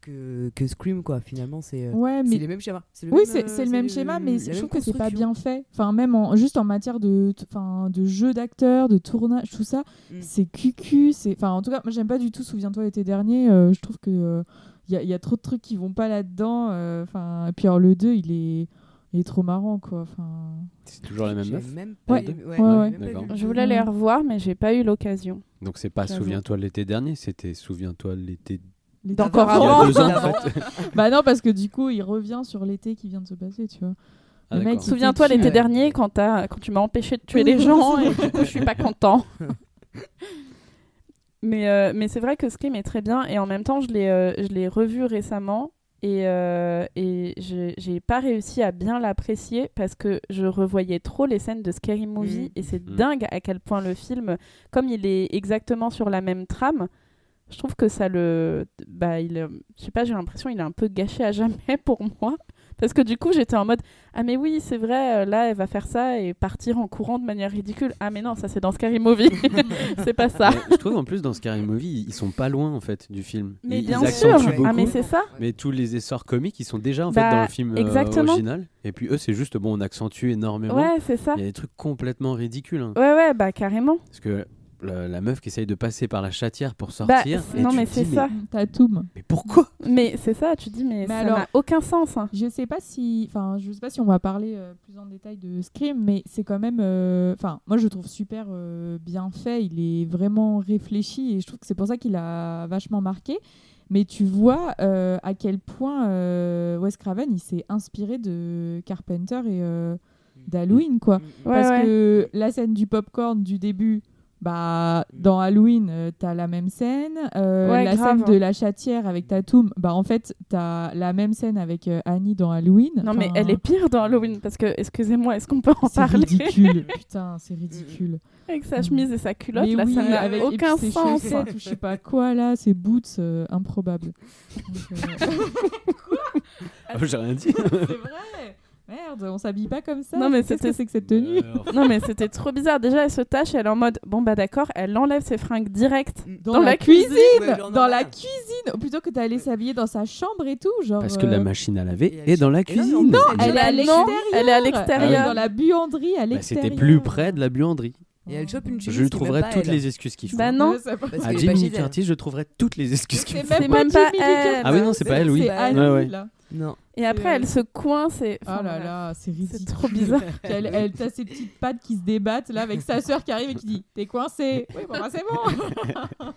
que, que Scream quoi. Finalement c'est euh, ouais c'est mais les mêmes schémas. le Oui, même, c'est euh, c'est le même schéma, mais la je même trouve que c'est pas construction. bien fait. Enfin, même en, juste en matière de, enfin, de jeu d'acteur, de tournage, tout ça, Mm. c'est cucu. c'est- Enfin, en tout cas, moi, j'aime pas du tout. Souviens-toi l'été dernier, euh, je trouve que euh, il y, a- il y a trop de trucs qui vont pas là-dedans. euh, Enfin, et puis alors le 2, il est, il est trop marrant, quoi. Enfin, C'est toujours la même J'ai meuf. même pas Ouais. vu- Ouais, ouais, j'ai ouais. même pas D'accord. vu le Je jeu. voulais les revoir, mais j'ai pas eu l'occasion. Donc c'est pas J'avoue. Souviens-toi l'été dernier, c'était Souviens-toi l'été l'été D'encore il y d'avant. a Avant. deux ans en fait. Ah, bah non, parce que du coup, il revient sur l'été qui vient de se passer, tu vois. Le Ah, mec, d'accord. il- Souviens-toi cul, l'été ouais. dernier quand, t'as- quand tu m'as empêché de tuer les gens et du coup je suis pas content. mais euh, mais c'est vrai que Scream est très bien et en même temps je l'ai euh, je l'ai revu récemment et, euh, et j'ai j'ai pas réussi à bien l'apprécier parce que je revoyais trop les scènes de Scary Movie Mhm. et c'est Mhm. dingue à quel point le film, comme il est exactement sur la même trame, je trouve que ça le. Bah, il. euh, Je sais pas, j'ai l'impression il est un peu gâché à jamais pour moi. Parce que du coup, j'étais en mode Ah, mais oui, c'est vrai, euh, là, elle va faire ça et partir en courant de manière ridicule. Ah, mais non, ça, c'est dans Scary Movie. c'est pas ça. Mais je trouve en plus dans Scary Movie, ils sont pas loin en fait du film. Mais ils, bien ils sûr. accentuent beaucoup, Ah, mais c'est ça. mais tous les essors comiques, ils sont déjà en Bah, fait dans le film euh, exactement. original. Et puis eux, c'est juste bon, on accentue énormément. Ouais, c'est ça. Il y a des trucs complètement ridicules. hein. Ouais, ouais, bah, carrément. Parce que la, la meuf qui essaye de passer par la chatière pour Bah, sortir. c'est- et non, tu mais te c'est dis, ça. Tatoum. Mais pourquoi Mais c'est ça, tu dis, mais, Mais ça alors- n'a aucun sens. hein. Je sais pas si, enfin, je sais pas si on va parler euh, plus en détail de Scream, mais c'est quand même, euh, enfin, moi je le trouve super euh, bien fait. Il est vraiment réfléchi et je trouve que c'est pour ça qu'il a vachement marqué. Mais tu vois euh, à quel point euh, Wes Craven il s'est inspiré de Carpenter et euh, d'Halloween quoi. Mm, mm. Ouais, Parce ouais. que la scène du popcorn du début, Bah, dans Halloween, euh, t'as la même scène. Euh, Ouais, la grave. scène de la chatière avec Tatum, bah en fait, t'as la même scène avec euh, Annie dans Halloween. Non, mais Enfin, elle est pire dans Halloween parce que, excusez-moi, est-ce qu'on peut en C'est parler ridicule, putain, c'est ridicule. Avec sa chemise et sa culotte, Mais là, oui, ça n'a avec et puis aucun ses sens. chaussettes ou je sais pas quoi là, ses boots, euh, improbable. Donc, euh, Ah, J'ai rien dit. c'est vrai Merde, on s'habille pas comme ça. Non, mais Qu'est-ce c'était- que c'est que cette Euh, tenue Non, mais c'était trop bizarre. Déjà, elle se tâche, elle est en mode bon, bah d'accord, elle enlève ses fringues direct. dans, la la cuisine, mm. ouais, genre Dans la normal. cuisine Plutôt que d'aller s'habiller dans sa chambre et tout, genre... Parce que la euh, machine à et laver elle est dans la chante- et non, mais cuisine. en plus, elle est à Bah non, l'extérieur Elle est à Ah oui. l'extérieur. Dans la buanderie, à Bah, l'extérieur C'était plus près de la buanderie. Et elle chope une chemise. Je lui qui est même trouverai pas toutes elle. les excuses qu'il faut. Bah non, Ouais, Ah c'est pas- Parce à qu'elle est pas Jimmy chez elle. Curtis, je trouverai toutes les excuses qu'il C'est faut. C'est même même pas pas Jimmy elle. Lee Ah oui, non, c'est pas elle, oui. C'est Annie, Ouais, ouais. là. Non. Et après, elle se coince et. Oh Enfin, là bref. là, c'est ridicule. C'est trop bizarre. Puis Elle, elle t'as ses petites pattes qui se débattent là avec sa sœur qui arrive et qui dit T'es coincé Oui, bon, bah, c'est bon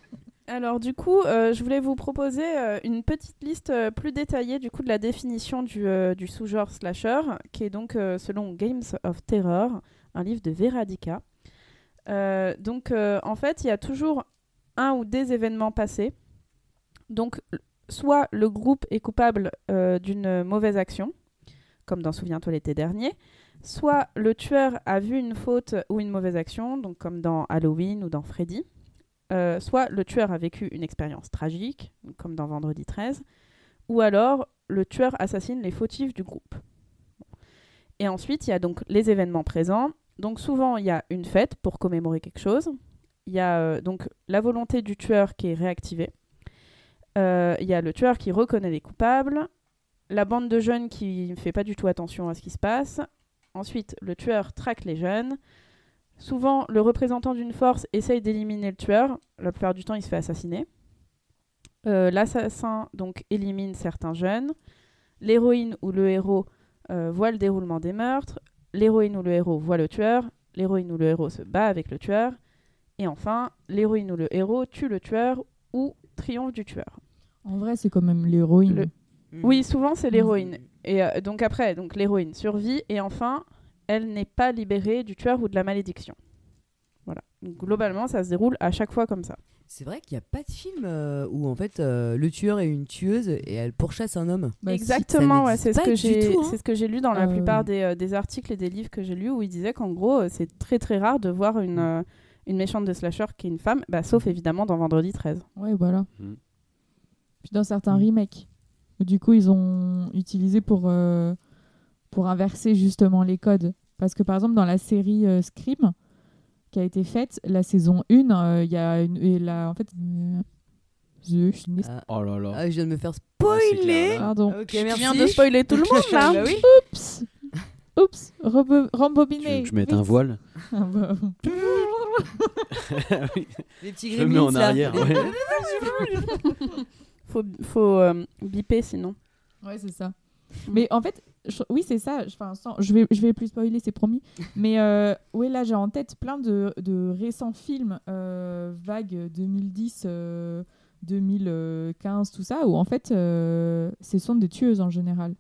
Alors du coup, euh, je voulais vous proposer euh, une petite liste euh, plus détaillée du coup de la définition du, euh, du sous-genre slasher, qui est donc euh, selon Games of Terror, un livre de Veradica. Euh, donc euh, en fait, il y a toujours un ou des événements passés. Donc l- soit le groupe est coupable euh, d'une mauvaise action, comme dans Souviens-toi l'été dernier, soit le tueur a vu une faute ou une mauvaise action, donc comme dans Halloween ou dans Freddy. Euh, soit le tueur a vécu une expérience tragique, comme dans Vendredi 13, ou alors le tueur assassine les fautifs du groupe. Et ensuite, il y a donc les événements présents. Donc souvent, il y a une fête pour commémorer quelque chose. Il y a euh, donc la volonté du tueur qui est réactivée. Euh, Il y a le tueur qui reconnaît les coupables. La bande de jeunes qui ne fait pas du tout attention à ce qui se passe. Ensuite, le tueur traque les jeunes. Souvent, le représentant d'une force essaye d'éliminer le tueur. La plupart du temps, il se fait assassiner. Euh, L'assassin donc élimine certains jeunes. L'héroïne ou le héros euh, voit le déroulement des meurtres. L'héroïne ou le héros voit le tueur. L'héroïne ou le héros se bat avec le tueur. Et enfin, l'héroïne ou le héros tue le tueur ou triomphe du tueur. En vrai, c'est quand même l'héroïne. Le- Mmh. Oui, souvent c'est l'héroïne. Et euh, donc après, donc l'héroïne survit et enfin, elle n'est pas libérée du tueur ou de la malédiction. Voilà. Donc, globalement, ça se déroule à chaque fois comme ça. C'est vrai qu'il n'y a pas de film euh, où en fait euh, le tueur est une tueuse et elle pourchasse un homme. Bah, si, Exactement, ça ouais, c'est ce n'existe que pas du j'ai tout, hein. c'est ce que j'ai lu dans la Euh, plupart des, euh, des articles et des livres que j'ai lus où il disait qu'en gros, euh, c'est très très rare de voir une euh, une méchante de slasher qui est une femme, bah, sauf évidemment dans Vendredi 13. Ouais, voilà. Mm. Puis dans certains Mm. remakes. où Du coup, ils ont utilisé pour, euh, pour inverser justement les codes. Parce que par exemple, dans la série euh, Scream, qui a été faite, la saison 1, euh, il y a une. et là, en fait. euh, je- je suis une- Ah, Oh là là. ah, je viens de me faire Ah, c'est spoiler. clair, là. Pardon. ok, merci. viens de spoiler tout le monde là. Bah oui. Oups Oups Rebo- Tu veux Rembobiner que je mette un voile Ah bah, Ah oui, Les petits Je le mets en gremlins, là. arrière. ouais. Faut faut euh, biper sinon. Ouais, c'est ça. Mais en fait, je- oui, c'est ça. Je, enfin, sans- je, vais, je vais plus spoiler, c'est promis. Mais euh, ouais, là, j'ai en tête plein de, de récents films euh, vagues 2010, euh, 2015, tout ça, où en fait, euh, ce sont des tueuses en général.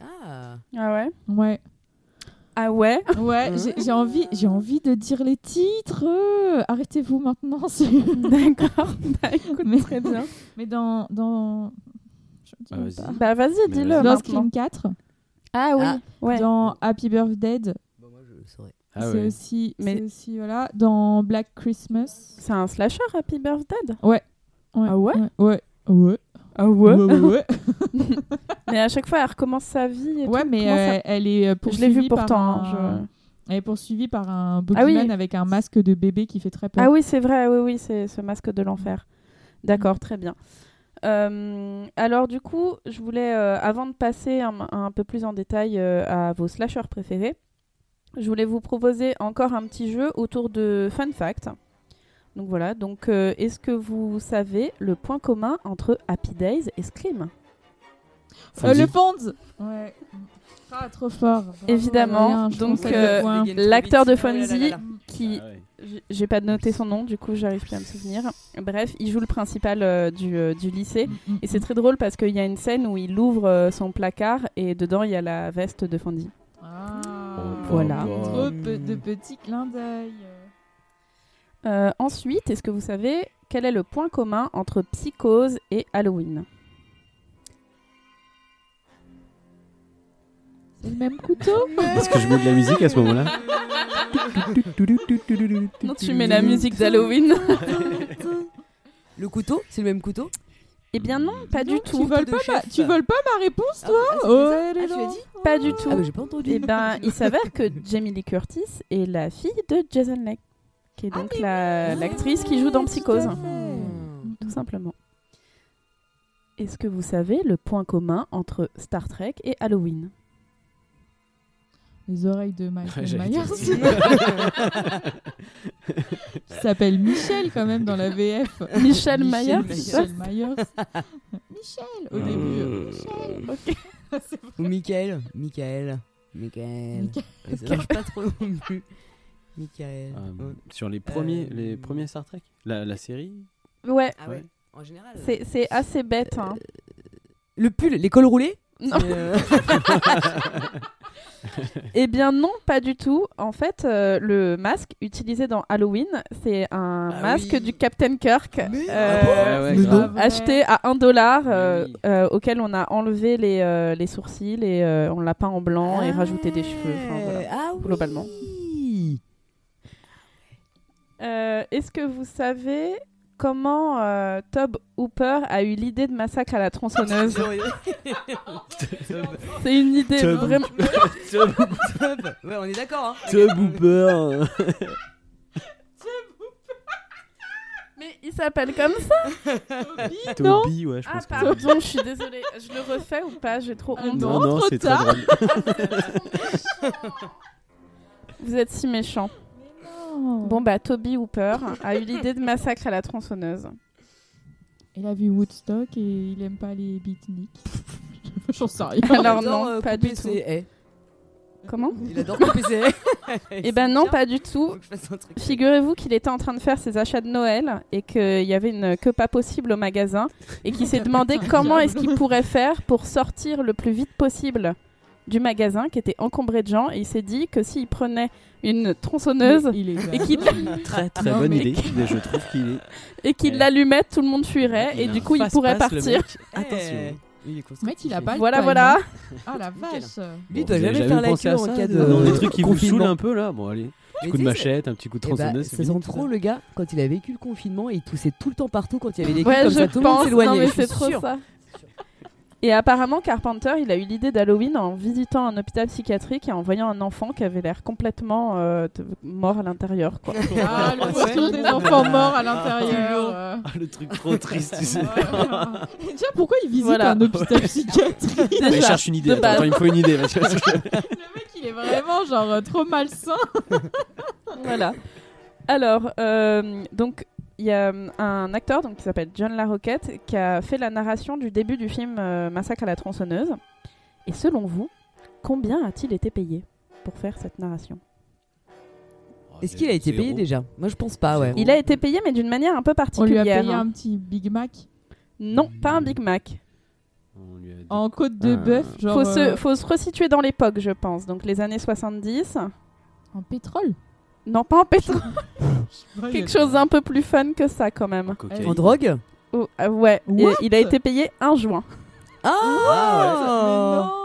Ah. Ah ouais. Ouais, Ah ouais. ouais j'ai- j'ai envie, j'ai envie de dire les titres. euh, Arrêtez-vous maintenant. c'est- D'accord. Bah, écoute, Mais- très bien. Mais dans. dans... je dis Ah, même vas-y. pas. Bah vas-y, Mais dis-le vas-y. Dans maintenant. Scream 4, Ah oui. ouais. dans Happy Birthday, Bon, Bah, moi je le saurais. Ah c'est ouais. aussi, Mais- c'est aussi voilà, dans Black Christmas. C'est un slasher Happy Birthday. Ah ouais Ouais. Ouais. Ouais. Ah Ouais, ouais, ouais. Mais à chaque fois, elle recommence sa vie. Et Ouais, tout. mais Comment ça- euh, elle est euh, je l'ai poursuivie vu pourtant. par hein, un... je- Elle est poursuivie par Ah un oui. boogeyman avec un masque de bébé qui fait très peur. Ah oui, c'est vrai. Oui, oui, c'est ce masque de l'enfer. D'accord, très bien. Euh, alors du coup, je voulais, euh, avant de passer un, un peu plus en détail euh, à vos slashers préférés, je voulais vous proposer encore un petit jeu autour de fun fact. Donc voilà. Donc, euh, est-ce que vous savez le point commun entre Happy Days et Scream Euh, Fonzie. le Fonz Ouais. Ah, trop fort. Bravo, Évidemment. Adrien, je Donc, pense qu'elle a le euh, point. L'acteur de Oh là là là Fonzie là. Euh, qui Ah ouais. J'ai- J'ai pas noté son nom, du coup j'arrive plus à me souvenir. Bref, il joue le principal euh, du, euh, du lycée. Et c'est très drôle parce qu'il y a une scène où il ouvre euh, son placard et dedans il y a la veste de Fondy. Ah. Oh, Voilà. oh, oh. Trop pe- de petits clins d'œil. Euh, ensuite, est-ce que vous savez quel est le point commun entre Psychose et Halloween C'est le même couteau Parce que je mets de la musique à ce moment-là. Non, tu mets la musique d'Halloween. Le couteau C'est le même couteau eh bien non, pas du tu tout. voles de pas, ma... chef. tu voles pas ma réponse, toi Ah, c'est Oh, ça elle Ah, est tu là. l'as dit Pas du tout. Ah, mais j'ai pas entendu. Eh ben, il s'avère que Jamie Lee Curtis est la fille de Jason Leigh, qui est donc la- Euh, l'actrice qui Ah, joue dans Psychose, Hmm. tout simplement. Est-ce que vous savez le point commun entre Star Trek et Halloween Les oreilles de Michael Ouais, j'allais dire Myers. qui s'appelle Michel quand même dans la VF. Michel Myers Michel Myers. Michel au début. euh, Michel. Ou Michael Michael. Michael. Michael. Mais Ça marche pas trop non plus. Michael. Oh. Euh, sur les premiers, Euh, les premiers Star Trek La, la série Ouais, Ah ouais En général. c'est c'est assez bête. hein. Euh, Le pull, les cols roulés Non. Euh, Eh bien non, pas du tout. En fait, euh, le masque utilisé dans Halloween, c'est un Ah masque oui. du Captain Kirk. Mais- euh, Ah Ouais, ouais, Mais grave. non. acheté à 1 dollar euh, Oui. euh, auquel on a enlevé les, euh, les sourcils et euh, on l'a peint en blanc et Ah, rajouté des cheveux. Enfin, voilà. ah oui. globalement. Euh, Est-ce que vous savez comment euh, Tob Hooper a eu l'idée de massacre à la tronçonneuse C'est une idée Tob vraiment... ouais, on est d'accord. Hein. Tub Hooper Mais il s'appelle comme ça Non. Toby, ouais, je Ah pense que c'est- pardon, je suis désolée. Je le refais ou pas J'ai trop Ah honte. Non, Non, non, trop c'est très tard. drôle. Vous êtes si méchants. Bon bah, Toby Hooper a eu l'idée de massacre à la tronçonneuse. Il a vu Woodstock et il aime pas les beatniks. J'en sais rien. Alors J'adore, non, euh, pas couper du tout. ses haies. Comment Il adore couper ses haies. Eh ben non, pas du tout. Faut que je fasse un truc. Figurez-vous qu'il était en train de faire ses achats de Noël et qu'il y avait une queue pas possible au magasin et qu'il s'est demandé comment est-ce qu'il pourrait faire pour sortir le plus vite possible du magasin qui était encombré de gens et il s'est dit que s'il prenait une tronçonneuse Il est et qu'il Très très Non, bonne mais- idée. Mais je trouve qu'il est. et qu'il Ouais. l'allumait, tout le monde fuirait et a du un coup il pourrait face-passe, le partir. mec. Attention. Eh. Il est Le mec, il a pas le Voilà time, voilà. hein. Ah la Nickel. vache. Lui, il Bon, doit vous avez jamais faire la pensé queue à en ça, cas de. Dans des trucs qui vous confinement. saoulent un peu là, bon allez. Mais Petit coup de tu sais, machette, un petit coup de Eh ben, tronçonneuse. c'est ça sent fini. trop le gars quand il a vécu le confinement et il toussait tout le temps partout quand il y avait des Ouais, comme ça, je tout le monde pense. s'éloignait. Non, mais Je suis c'est trop sûre. ça. Et apparemment, Carpenter, il a eu l'idée d'Halloween en visitant un hôpital psychiatrique et en voyant un enfant qui avait l'air complètement euh, de- mort à l'intérieur. Quoi. Ah le retour des enfants morts à l'intérieur. euh. Ah, le truc trop triste, tu sais. Et Tiens, pourquoi il visite Voilà. un hôpital psychiatrique Mais Déjà, cherche une idée. de Attends, base. attends, il me faut une idée. parce que- Le mec, il est vraiment genre euh, trop malsain. voilà. Alors, euh, donc, il y a euh, un acteur donc, qui s'appelle John LaRoquette qui a fait la narration du début du film euh, Massacre à la tronçonneuse. Et selon vous, combien a-t-il été payé pour faire cette narration Est-ce qu'il a été payé Oh, Zéro. déjà Moi, je pense pas, ouais. Zéro. Il a été payé, mais d'une manière un peu On lui particulière. a payé hein. un petit Big Mac Non, pas un Big Mac. On lui a dit- en côte de Ah. bœuf, genre faut, se, euh, faut se resituer dans l'époque, je pense. Donc les années 70. en pétrole. Non, pas en pétrole. Quelque chose d'un peu plus fun que ça, quand En même. cocaïne. En drogue Oh, ah ouais, Et What il a été payé un juin. Ah, Oh. Ah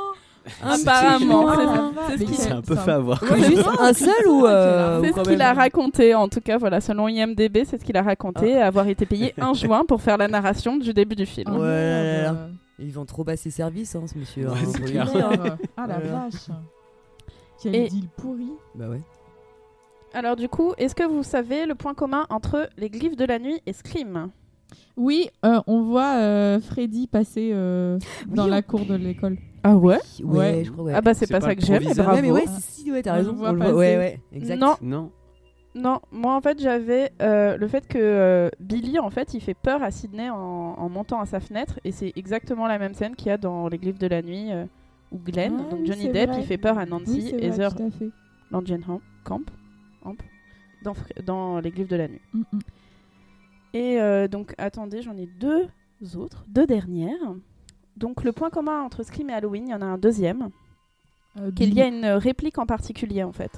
Apparemment, Ah, c'est- la vache. c'est ce Mais qu'il- C'est un peu ça- fait avoir. Juste un seul ou. euh, c'est ou ce quand qu'il a même raconté, en tout cas, voilà, selon IMDB, c'est ce qu'il a raconté, avoir été payé un juin pour faire la narration du début du Ah, film. Ouais, là, là, là. merde. euh, Ils vendent trop bas ses services, hein, ce monsieur. Ouais, hein, c'est faut lui clair. dire, hein. Ah la Voilà. vache. Quel Et- deal pourri. Bah ouais. Alors du coup, est-ce que vous savez le point commun entre les glyphes de la nuit et Scream Oui, euh, on voit euh, Freddy passer euh, dans la cour de l'école. Ah ouais Ouais, Ouais. je crois, ouais. Ah bah c'est C'est pas, pas ça que j'aime, mais improvisable. bravo. Ouais, mais ouais, si, si, ouais, t'as On le raison. voit on le voit. passer. Ouais, ouais, exact. Non, Non. Non, moi en fait j'avais euh, le fait que euh, Billy en fait il fait peur à Sydney en, en montant à sa fenêtre et c'est exactement la même scène qu'il y a dans Les Glyphes de la Nuit euh, où Glenn, Ah donc oui, Johnny c'est Depp, vrai. il fait peur à Nancy, oui, c'est vrai, Heather tout à fait. Langenkamp, Camp, Amp, dans, Fr- dans Les Glyphes de la Nuit. Mm, mm. Et euh, donc attendez, j'en ai deux autres, deux dernières. Donc le point commun entre Scream et Halloween, il y en a un deuxième, Euh, qu'il Billy. y a une réplique en particulier en fait.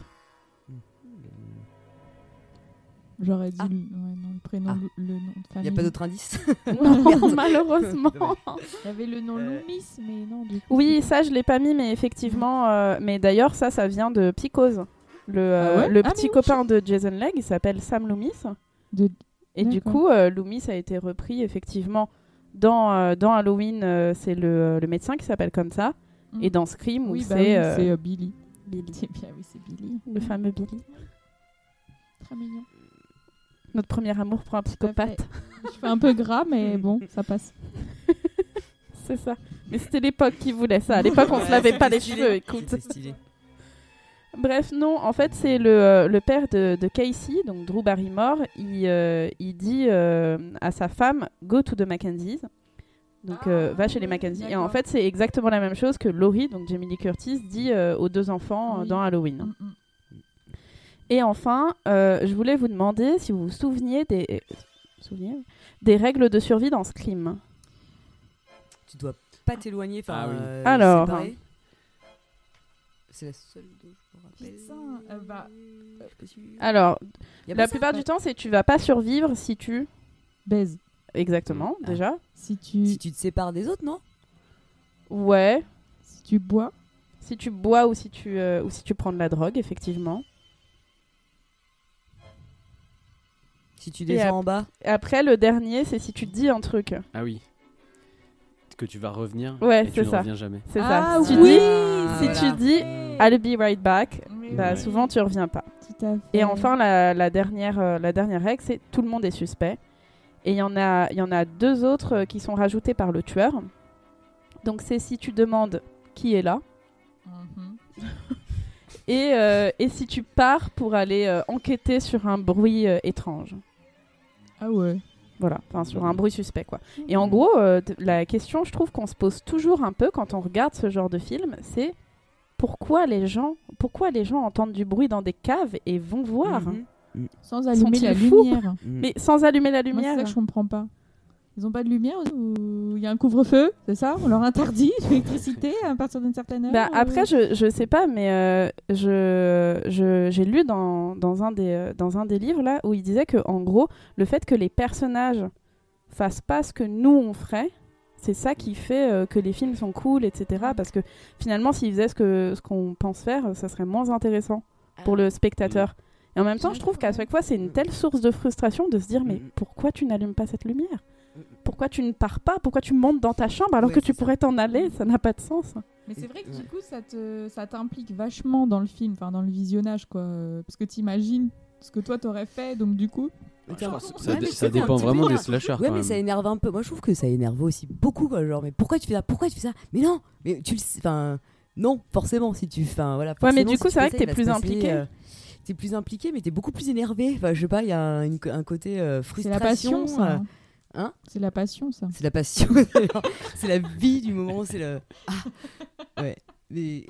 J'aurais dit Ah. le, ouais, non, le prénom, Ah. le, le nom de Il famille. n'y a pas d'autres indices Non, malheureusement. Il y avait le nom Euh. Loomis, mais non, du coup. Oui, ça, je l'ai pas mis, mais effectivement. euh, mais d'ailleurs, ça, ça vient de Psychose. Le, euh, Ah ouais le Ah, mais petit oui, copain de Jason Legg, il s'appelle Sam Loomis. De... Et du D'accord. coup, euh, Loomis a été repris, effectivement. Dans, euh, dans Halloween, euh, c'est le, le médecin qui s'appelle comme ça. Mm. Et dans Scream, où Oui, bah oui, c'est euh, c'est euh, Billy. Billy. C'est bien, oui, c'est Billy. Le fameux Billy. Très mignon. Notre premier amour pour un psychopathe. Je fais un peu gras, mais bon, ça passe. C'est ça. Mais c'était l'époque qui voulait ça. À l'époque, on se Ouais, lavait pas c'était les stylé. cheveux, écoute. C'était stylé. Bref, non, en fait, c'est le, euh, le père de, de Casey, donc Drew Barrymore, il, euh, il dit euh, à sa femme Go to the Mackenzies. Donc, euh, Ah, va chez les oui, Mackenzies. Et d'accord. en fait, c'est exactement la même chose que Laurie, donc Jamie Lee Curtis, dit euh, aux deux enfants euh, Oui. dans Halloween. Mm, mm. Et enfin, euh, je voulais vous demander si vous vous souveniez des, euh, souveniez des règles de survie dans Scream. Tu dois pas t'éloigner. enfin, Ah oui. euh, Alors. séparer. C'est la seule dont je me rappelle. Putain, euh, bah, Je suis pas sûre. Alors, Y a pas la ça plupart du temps, c'est tu vas pas survivre si tu. Baise. Exactement, Ah. déjà. Si tu, mm. Si tu te sépares des autres, non Ouais. si tu bois, Si tu bois ou si tu, euh, ou si tu prends de la drogue, effectivement. Si tu Et descends ap- en bas Et Après, le dernier, c'est si tu dis un truc. Ah oui. Que tu vas revenir. Ouais, et c'est tu ne ça. reviens jamais. C'est Ah ça. Si tu oui, dis, Ah, si voilà. tu dis I'll be right back, Oui, bah, Ouais. souvent tu reviens pas. tout à fait. Et enfin, la, la dernière, euh, la dernière règle, c'est tout le monde est suspect. Et il y, en a- il y en a deux autres euh, qui sont rajoutés par le tueur. Donc, c'est si tu demandes qui est là Mhm. et, euh, et si tu pars pour aller euh, enquêter sur un bruit euh, étrange. Ah ouais. Voilà, enfin sur Mmh. un bruit suspect quoi. Et en gros, euh, t- la question, je trouve qu'on se pose toujours un peu quand on regarde ce genre de film, c'est pourquoi les gens, pourquoi les gens entendent du bruit dans des caves et vont voir, Mmh. Mhm. Sans allumer Sont-ils la fous lumière. mais sans allumer la Moi, c'est lumière. ça que je comprends pas. Ils ont pas de lumière ou il y a un couvre-feu, c'est ça On leur interdit l'électricité à partir d'une certaine heure Bah, ou- Mmh. après, je, je sais pas, mais euh, je je- j'ai lu dans, dans un des euh, dans un des livres là où il disait que en gros, le fait que les personnages fassent pas ce que nous on ferait, c'est ça qui fait euh, que les films sont cool, etc. Parce que finalement, s'ils faisaient ce que ce qu'on pense faire, ça serait moins intéressant Ah pour le spectateur. Et en même temps, je trouve qu'à chaque fois, c'est Mmh. une telle source de frustration de se dire mais Mhm. pourquoi tu n'allumes pas cette lumière Pourquoi tu ne pars pas Pourquoi tu montes dans ta chambre alors Mmh. que Ouais, tu c'est ça. pourrais t'en aller Ça n'a pas de sens. Mais c'est vrai que Ouais. du coup, ça te ça t'implique vachement dans le film, enfin dans le visionnage quoi, euh, parce que t'imagines ce que toi t'aurais fait, donc du coup. Tiens, je pense ouais, que ça, mais ça c'était un dépend petit peu vraiment là. des slashers. Ouais, quand mais même. ça énerve un peu. Moi, je trouve que ça énerve aussi beaucoup, quoi. Genre, mais pourquoi tu fais ça Pourquoi tu fais ça Mais non Mais tu le sais. Enfin, non, forcément, si tu. Enfin, voilà. Ouais, mais forcément, du si coup, tu c'est fais vrai ça, que il t'es va se plus passer, impliqué. euh, T'es plus impliqué, mais t'es beaucoup plus énervé. Enfin, je sais pas, il y a un, une- un côté euh, C'est la frustration. passion ça. euh, hein C'est la passion ça. c'est la passion. c'est la vie du moment. C'est le. Ah, ouais. Mais.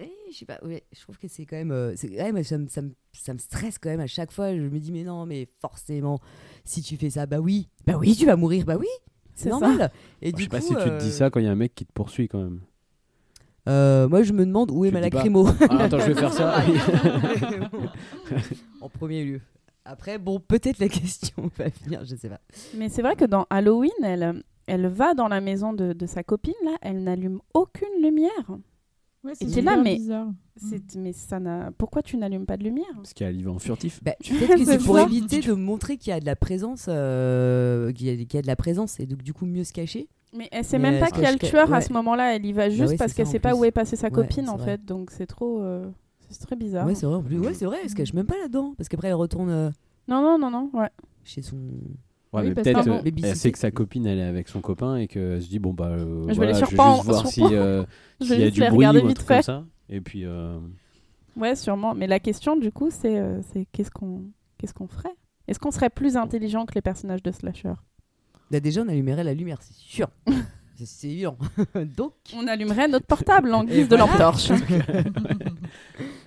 eh, Je sais pas, ouais, je trouve que c'est quand même. euh, c'est- ouais, mais ça, me, ça, me, ça me stresse quand même à chaque fois. Je me dis, mais non, mais forcément, si tu fais ça, bah oui, bah oui, tu vas mourir, bah oui, c'est C'est ça. normal. Et Bah, je du sais pas coup, si tu te euh, dis ça quand il y a un mec qui te poursuit quand même. euh, moi, je me demande où est Tu ma dis pas. lacrymo Ah, attends, je vais faire ça. en premier lieu. Après, bon, peut-être la question va venir, je sais pas. Mais c'est vrai que dans Halloween, elle, elle va dans la maison de, de sa copine, là, elle n'allume aucune lumière. Ouais, c'est t'es super là, mais- bizarre. C'est- Mais ça n'a. Pourquoi tu n'allumes pas de lumière Parce qu'elle y va en furtif. Bah, peut-être que C'est c'est pour ça. éviter de montrer qu'il y a de la présence, euh, qu'il y, a- qu'il y a de la présence, et donc du coup mieux se cacher. Mais elle sait Mais même pas est-ce qu'il y a le que- tueur à ouais. ce moment-là, elle y va juste ouais, parce c'est qu'elle ça, en sait pas où plus. est passée sa Ouais, copine c'est en vrai. fait, donc c'est trop. euh, C'est très bizarre. Ouais, c'est vrai. en plus. Ouais, c'est vrai. Elle se cache même pas là-dedans, parce qu'après elle retourne euh, Non, non, non, non, ouais. chez son. Ouais, Oui, mais parce peut-être que- euh, elle sait Babysitter. que sa copine elle est avec son copain et qu'elle se dit bon bah euh, vais voilà, les je vais juste surprendre- voir si surprendre. euh, Je s'il vais y a juste du les bruit ou regarder un vite truc comme fait. ça. Et puis euh, Ouais, sûrement. Mais la question du coup, c'est euh, c'est qu'est-ce qu'on qu'est-ce qu'on ferait Est-ce qu'on serait plus intelligent que les personnages de slasher Là Bah, déjà, on allumerait la lumière, c'est sûr. c'est c'est évident. donc, On allumerait notre portable en guise Et de voilà. lampe torche.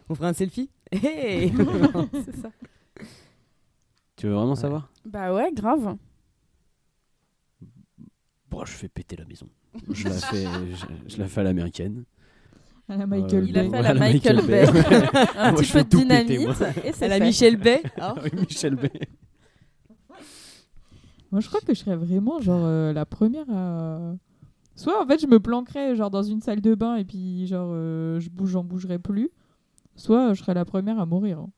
on ferait un selfie. Hey c'est ça. tu veux vraiment savoir Bah ouais, grave. Bon, je fais péter la maison. Je la fais, je, je la fais à l'américaine. À Ah, la Michael Euh, Il a Bay. fait Ouais, la Michael Bay. un Moi, petit je peu veux de tout péter, dynamite moi. et à c'est la fait. Michel Bay. hein Ah oui, Michel Bay. Moi, je crois que je serais vraiment genre euh, la première à. Soit en fait, je me planquerais genre dans une salle de bain et puis genre euh, je bouge, j'en bougerai plus. Soit euh, je serais la première à mourir. hein.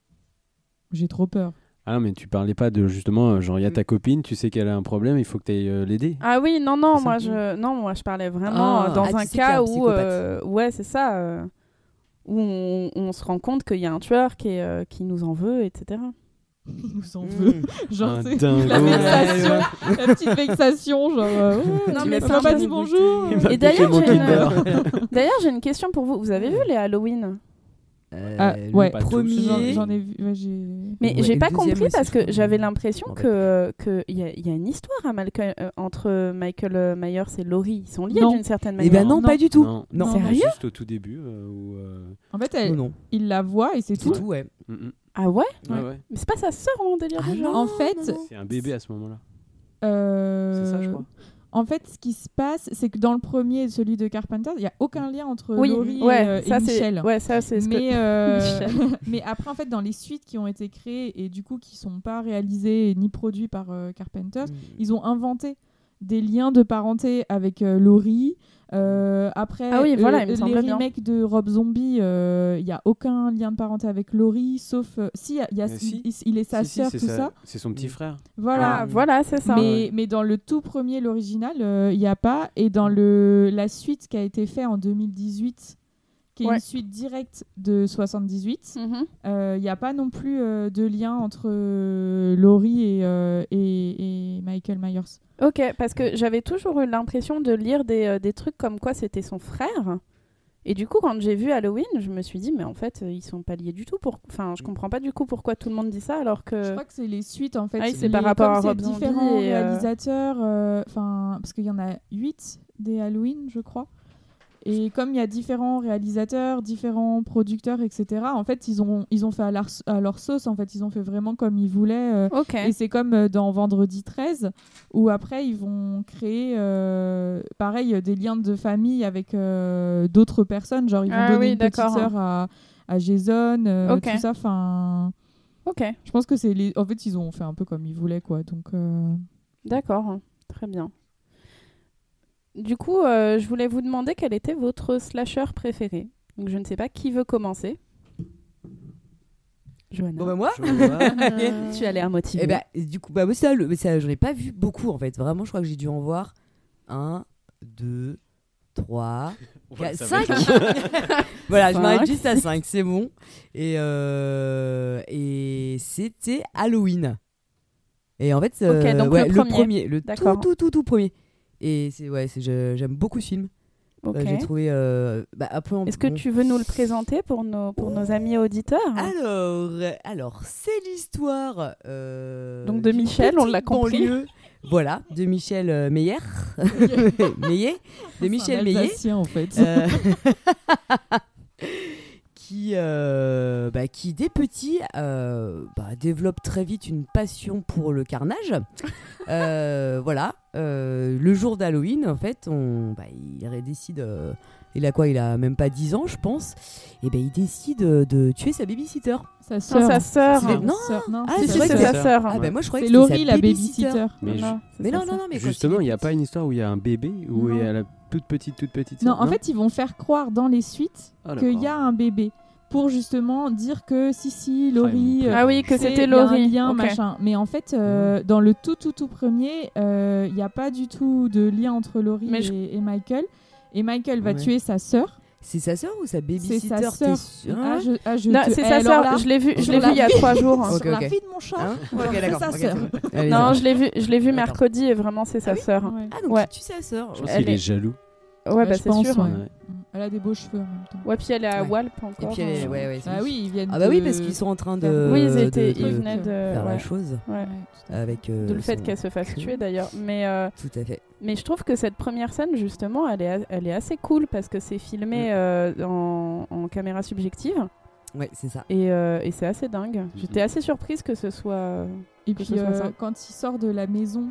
J'ai trop peur. Ah, mais tu parlais pas de justement, euh, genre, il y a Mm. ta copine, tu sais qu'elle a un problème, il faut que tu ailles l'aider. Ah oui, non, non, C'est moi ça. je, non, moi je parlais vraiment Ah. euh, dans Ah, tu un sais qu'il y a cas un où, euh, ouais, c'est ça, euh, où on, on se rend compte qu'il y a un tueur qui, est, euh, qui nous en veut, etc. Il nous en veut. Mmh. Genre, Un c'est dingo. la vexation. Ouais, la petite vexation, genre. euh, ouais, Non, tu mais m'as c'est pas un dit peu- bonjour. Il m'a Et piqué d'ailleurs, mon j'ai- Kinder. D'ailleurs, j'ai une question pour vous. Vous avez vu les Halloween Euh, Ah, le ouais. Pas tous. J'en Premier. j'en ai vu. ouais, j'ai- Mais Ouais, et j'ai le pas deuxième compris aussi, parce je que crois. j'avais Je l'impression m'en que que il y, a- il y a une histoire à Malcolm- euh, entre Michael euh, Myers et Laurie. Ils sont liés Non. d'une certaine Eh manière. ben non, Non. pas du tout. Non. Non. Sérieux Juste au tout début. euh, où, euh, En fait, Non, elle- non. il la voit et c'est C'est tout. tout, ouais. mm, mm. Ah ouais Ouais, Ouais. ouais. Mais c'est pas sa sœur en délire Ah déjà non, En fait, non, non. C'est un bébé à ce moment-là. euh, C'est ça, je crois. En fait, ce qui se passe, c'est que dans le premier et celui de Carpenter, il n'y a aucun lien entre Oui, Laurie et, euh, ouais, et ça Michel. c'est ouais, ça c'est ce que- mais, euh, Michel. mais après, en fait, dans les suites qui ont été créées et du coup qui sont pas réalisées ni produites par euh, Carpenter, ils ont inventé des liens de parenté avec euh, Laurie. Euh, après, Ah oui, euh, voilà, il me les semblait bien. remakes de Rob Zombie, euh, il n'y a aucun lien de parenté avec Laurie, sauf euh, si, il y a- il y a- Mais si. il, il est sa Si, si, sœur, c'est tout sa- ça. C'est son Mm. petit frère. Voilà, Ah, voilà, c'est ça. mais, mais dans le tout premier, l'original, euh, il n'y a pas. Et dans le, la suite qui a été faite en 2018, qui est Ouais. une suite directe de 78, Mhm. euh, il n'y a pas non plus euh, de lien entre euh, Laurie et, euh, et, et Michael Myers. Ok, parce que j'avais toujours eu l'impression de lire des, euh, des trucs comme quoi c'était son frère. Et du coup, quand j'ai vu Halloween, je me suis dit, mais en fait, euh, ils sont pas liés du tout. Pour... Enfin, je comprends pas du coup pourquoi tout le monde dit ça alors Je que. crois que c'est les suites en fait. Euh, Ah oui, c'est Les- par rapport comme à c'est Rob Zombie différents et, euh, réalisateurs, euh, enfin parce qu'il y en a 8 des Halloween, je crois. Et comme il y a différents réalisateurs, différents producteurs, etc. En fait, ils ont ils ont fait à leur, à leur sauce. En fait, ils ont fait vraiment comme ils voulaient. euh, Ok. et c'est comme euh, dans Vendredi 13, où après ils vont créer, euh, pareil, euh, des liens de famille avec euh, d'autres personnes. Genre, ils vont Ah donner oui, une petite d'accord. sœur à, à Jason, euh, Ok. tout ça. Enfin, Ok, je pense que c'est les. En fait, ils ont fait un peu comme ils voulaient, quoi. Donc. euh, d'accord. Très bien. Du coup, euh, je voulais vous demander quel était votre slasher préféré. Donc, je ne sais pas qui veut commencer. Johanna. Bon, bah, moi tu as l'air motivée. Et bah, du coup, bah, moi, ça, le- mais ça, j'en ai pas vu beaucoup en fait. Vraiment, je crois que j'ai dû en voir 1, 2, 3, 4, 5. voilà, je Cinq. m'arrête juste à 5, c'est bon. Et, euh, et c'était Halloween. Et en fait, euh, donc ouais, le le premier. premier, le D'accord. tout, tout, tout, tout premier. Et c'est ouais, c'est- je- j'aime beaucoup ce film. Ok. Euh, J'ai trouvé. euh, bah, après, on- Est-ce que on- tu veux nous le présenter pour nos, pour nos amis auditeurs Alors, euh, alors c'est l'histoire. euh, Donc de d'une Michel, on petite l'a compris. banlieue. Voilà, de Michel euh, Meyer. Meyer. c'est De un Michel Meyer. Alsacien, en fait. Euh, qui, euh, bah, qui, dès petit, euh, bah, développe très vite une passion pour le carnage. Euh, voilà. Euh, le jour d'Halloween, en fait, on, bah, il ré- décide. euh, il a quoi Il a même pas 10 ans, je pense. Et ben il décide euh, de tuer sa babysitter. Sa Non, sœur. sa sœur. hein. C'est- Non, non. non, Ah, Si, c'est hein. c'est si, vrai c'est que sa c'est- sœur. Ah ben moi je croyais C'est que c'était Laurie, sa la babysitter. babysitter. Mais Voilà, c'est Mais ça, non, ça. non, non, mais quand Justement, il n'y a était pas une histoire où il y a un bébé, où il y a la toute petite, toute petite. Non, en fait, ils vont faire croire dans les suites Ah, qu'il d'accord. y a un bébé pour justement dire que si, si, Ah, Laurie, ils m'ont euh, Ah oui, que C'est- c'était il y a un Laurie. lien, Ok. machin. Mais en fait, Mm. euh, dans le tout, tout, tout premier, euh, il n'y a pas du tout de lien entre Laurie Mais je- et, et Michael. Et Michael va Ouais. tuer sa sœur. C'est sa sœur ou sa C'est babysitter sa t'es sœur. sûr hein Ah, je- ah, je Non, te- c'est eh, sa alors là, sœur. Je l'ai vu, je sur l'ai la vu il y a fille- trois jours. Ok, sur la ok. fille de mon chat. Hein Alors, Ok, Ah, c'est d'accord. sa ok, sœur. c'est bon. Allez, Non, c'est je l'ai vu, je l'ai vu Attends. mercredi et vraiment c'est sa sœur. Ouais. bon. Ah donc Ouais. tu tue sa sœur. Je pense elle qu'il est est- jaloux. Ouais, bah je c'est pense, sûr. ouais. Ouais. Ouais. Elle a des beaux cheveux en même temps. puis elle est à Ouais. Walp Et encore. puis elle est... euh. ouais, ouais, c'est Ah bon. oui, ils viennent Ah bah oui de- parce qu'ils sont en train de Oui, ils étaient, de- ils de venaient de. faire la ouais, chose ouais. Ouais, tout à fait. avec euh, D'où le fait son- qu'elle se fasse tuer d'ailleurs. Mais, euh, tout à fait. mais je trouve que cette première scène, justement, elle est, a- elle est assez cool parce que c'est Mm. filmé euh, en, en caméra subjective Ouais, c'est ça. et, euh, et c'est assez dingue. J'étais Mhm. assez surprise que ce soit. euh, Et que puis ce soit euh, ça. quand il sort de la maison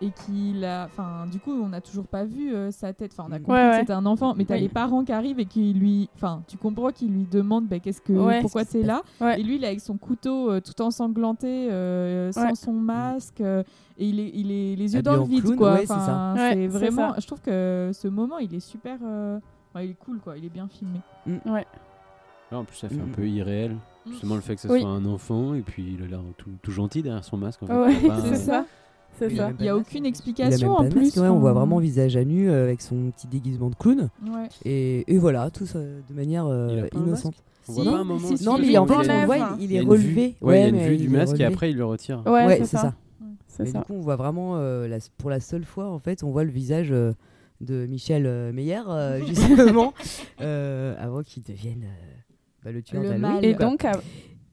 et qu'il a. Enfin, du coup, on n'a toujours pas vu euh, sa tête. Enfin, on a Mm. compris Ouais, que ouais. c'était un enfant, mais t'as Oui. les parents qui arrivent et qui lui. Enfin, tu comprends qu'ils lui demandent ben, qu'est-ce que, Ouais. pourquoi Qu'est-ce qui t'es se là. Ouais. Et lui, il est avec son couteau euh, tout ensanglanté, euh, sans Ouais. son masque, euh, et il est, il est les yeux Habillé dans le en vide, clown, quoi. ouais, c'est ça. Enfin, Ouais, c'est c'est vraiment. ça. Je trouve que ce moment, il est super. euh, ouais, il est cool, quoi. Il est bien filmé. Là, en plus, ça fait un Mm. peu irréel. Justement, le fait que ce Oui. soit un enfant et puis il a l'air tout, tout gentil derrière son masque. En fait. Ouais, Pas- c'est ça. C'est Il a ça. même Il pas n'y a de masque, en aucune plus. explication Il a en même pas de masque, plus. ouais, on voit enfin, vraiment visage à nu euh, avec son petit déguisement de clown. ouais. Et, et voilà, tout ça de manière euh, Il a pas le innocente. On Si, voit pas un moment. si, si, si, Non, Il mais il, est- en fait, enlève, on voit, hein. il y a est une relevé. vue- Ouais, il y a mais une vue il du est masque et relevé. après il le retire. Ouais, Ouais, c'est ça. Mais C'est ça. du coup, on voit vraiment, euh, la- pour la seule fois, en fait, on voit le visage euh, de Michel euh, Meyer, euh, justement, euh, avant qu'il devienne euh, bah, le tueur Le d'Halloween, mal. Et quoi. donc, euh, à-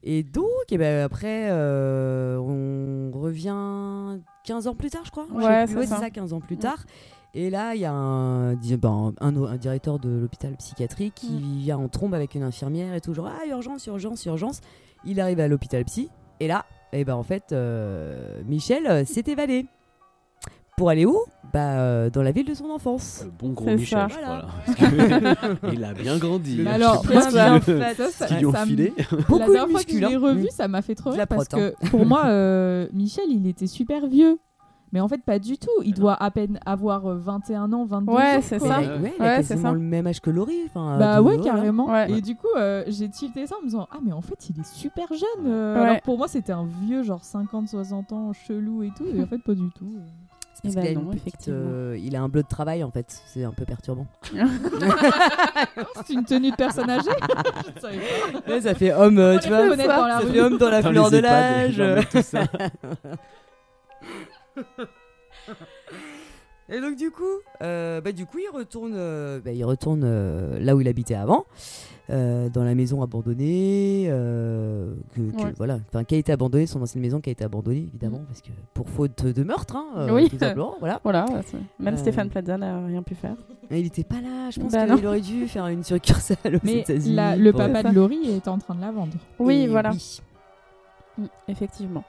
Et donc, eh ben, après, euh, on revient 15 ans plus tard, je crois. Je sais Ouais, plus. c'est ça. c'est ça, 15 ans plus Mm. tard. Et là, il y a un, di- ben, un, un directeur de l'hôpital psychiatrique qui Mm. vient en trombe avec une infirmière et toujours Ah, urgence, urgence, urgence. Il arrive à l'hôpital psy. Et là, eh ben, en fait, euh, Michel euh, s'est évadé. Pour aller où bah, euh, Dans la ville de son enfance. Le bon gros C'est Michel, ça. je crois. là. Parce que il a bien grandi. hein. Le- Bah Alors, Je moi, sais ce pas. qui- Bien fait. ça, ça- Qui lui ont ça me- filé. Beaucoup la de dernière fois que je muscles, l'ai hein. revu, ça m'a fait trop rire Je la hein. parce protte, que pour moi, euh, Michel, il était super vieux. Mais en fait, pas du tout. Il doit à peine avoir euh, 21 ans, 22 ans. Ouais, c'est Mais ça. là, ouais, il a Ouais, c'est quasiment ça. le même âge que Laurie. hein. enfin, Bah de- ouais, voilà. carrément. Ouais. Et du coup, euh, j'ai tilté ça en me disant Ah, mais en fait, il est super jeune. euh, Ouais. Alors pour moi, c'était un vieux, genre 50, 60 ans, chelou et tout. Et en fait, pas du tout. C'est parce Eh ben qu'il a non, une petite, effectivement. euh, il a un bleu de travail en fait, c'est un peu perturbant. c'est une tenue de personne âgée Je savais pas. ça fait homme, euh, On les fait connaître dans la rue. homme dans la Dans les EHPAD, ils leur mettent tout ça. Et donc du coup, euh, bah du coup il retourne, euh, bah, il retourne euh, là où il habitait avant, euh, dans la maison abandonnée, euh, que, que- Ouais. voilà, enfin qui a été abandonnée, son ancienne maison qui a été abandonnée évidemment parce que pour faute de meurtre, hein, euh, Oui. tout simplement, voilà. Voilà, ouais, c'est- même Euh, Stéphane Plaza n'a rien pu faire. Mais il était pas là, je pense Bah qu'il aurait dû faire une succursale aux Mais États-Unis. la- le pour- papa de Laurie est en train de la vendre. Oui, Et voilà. oui. Mm, Effectivement.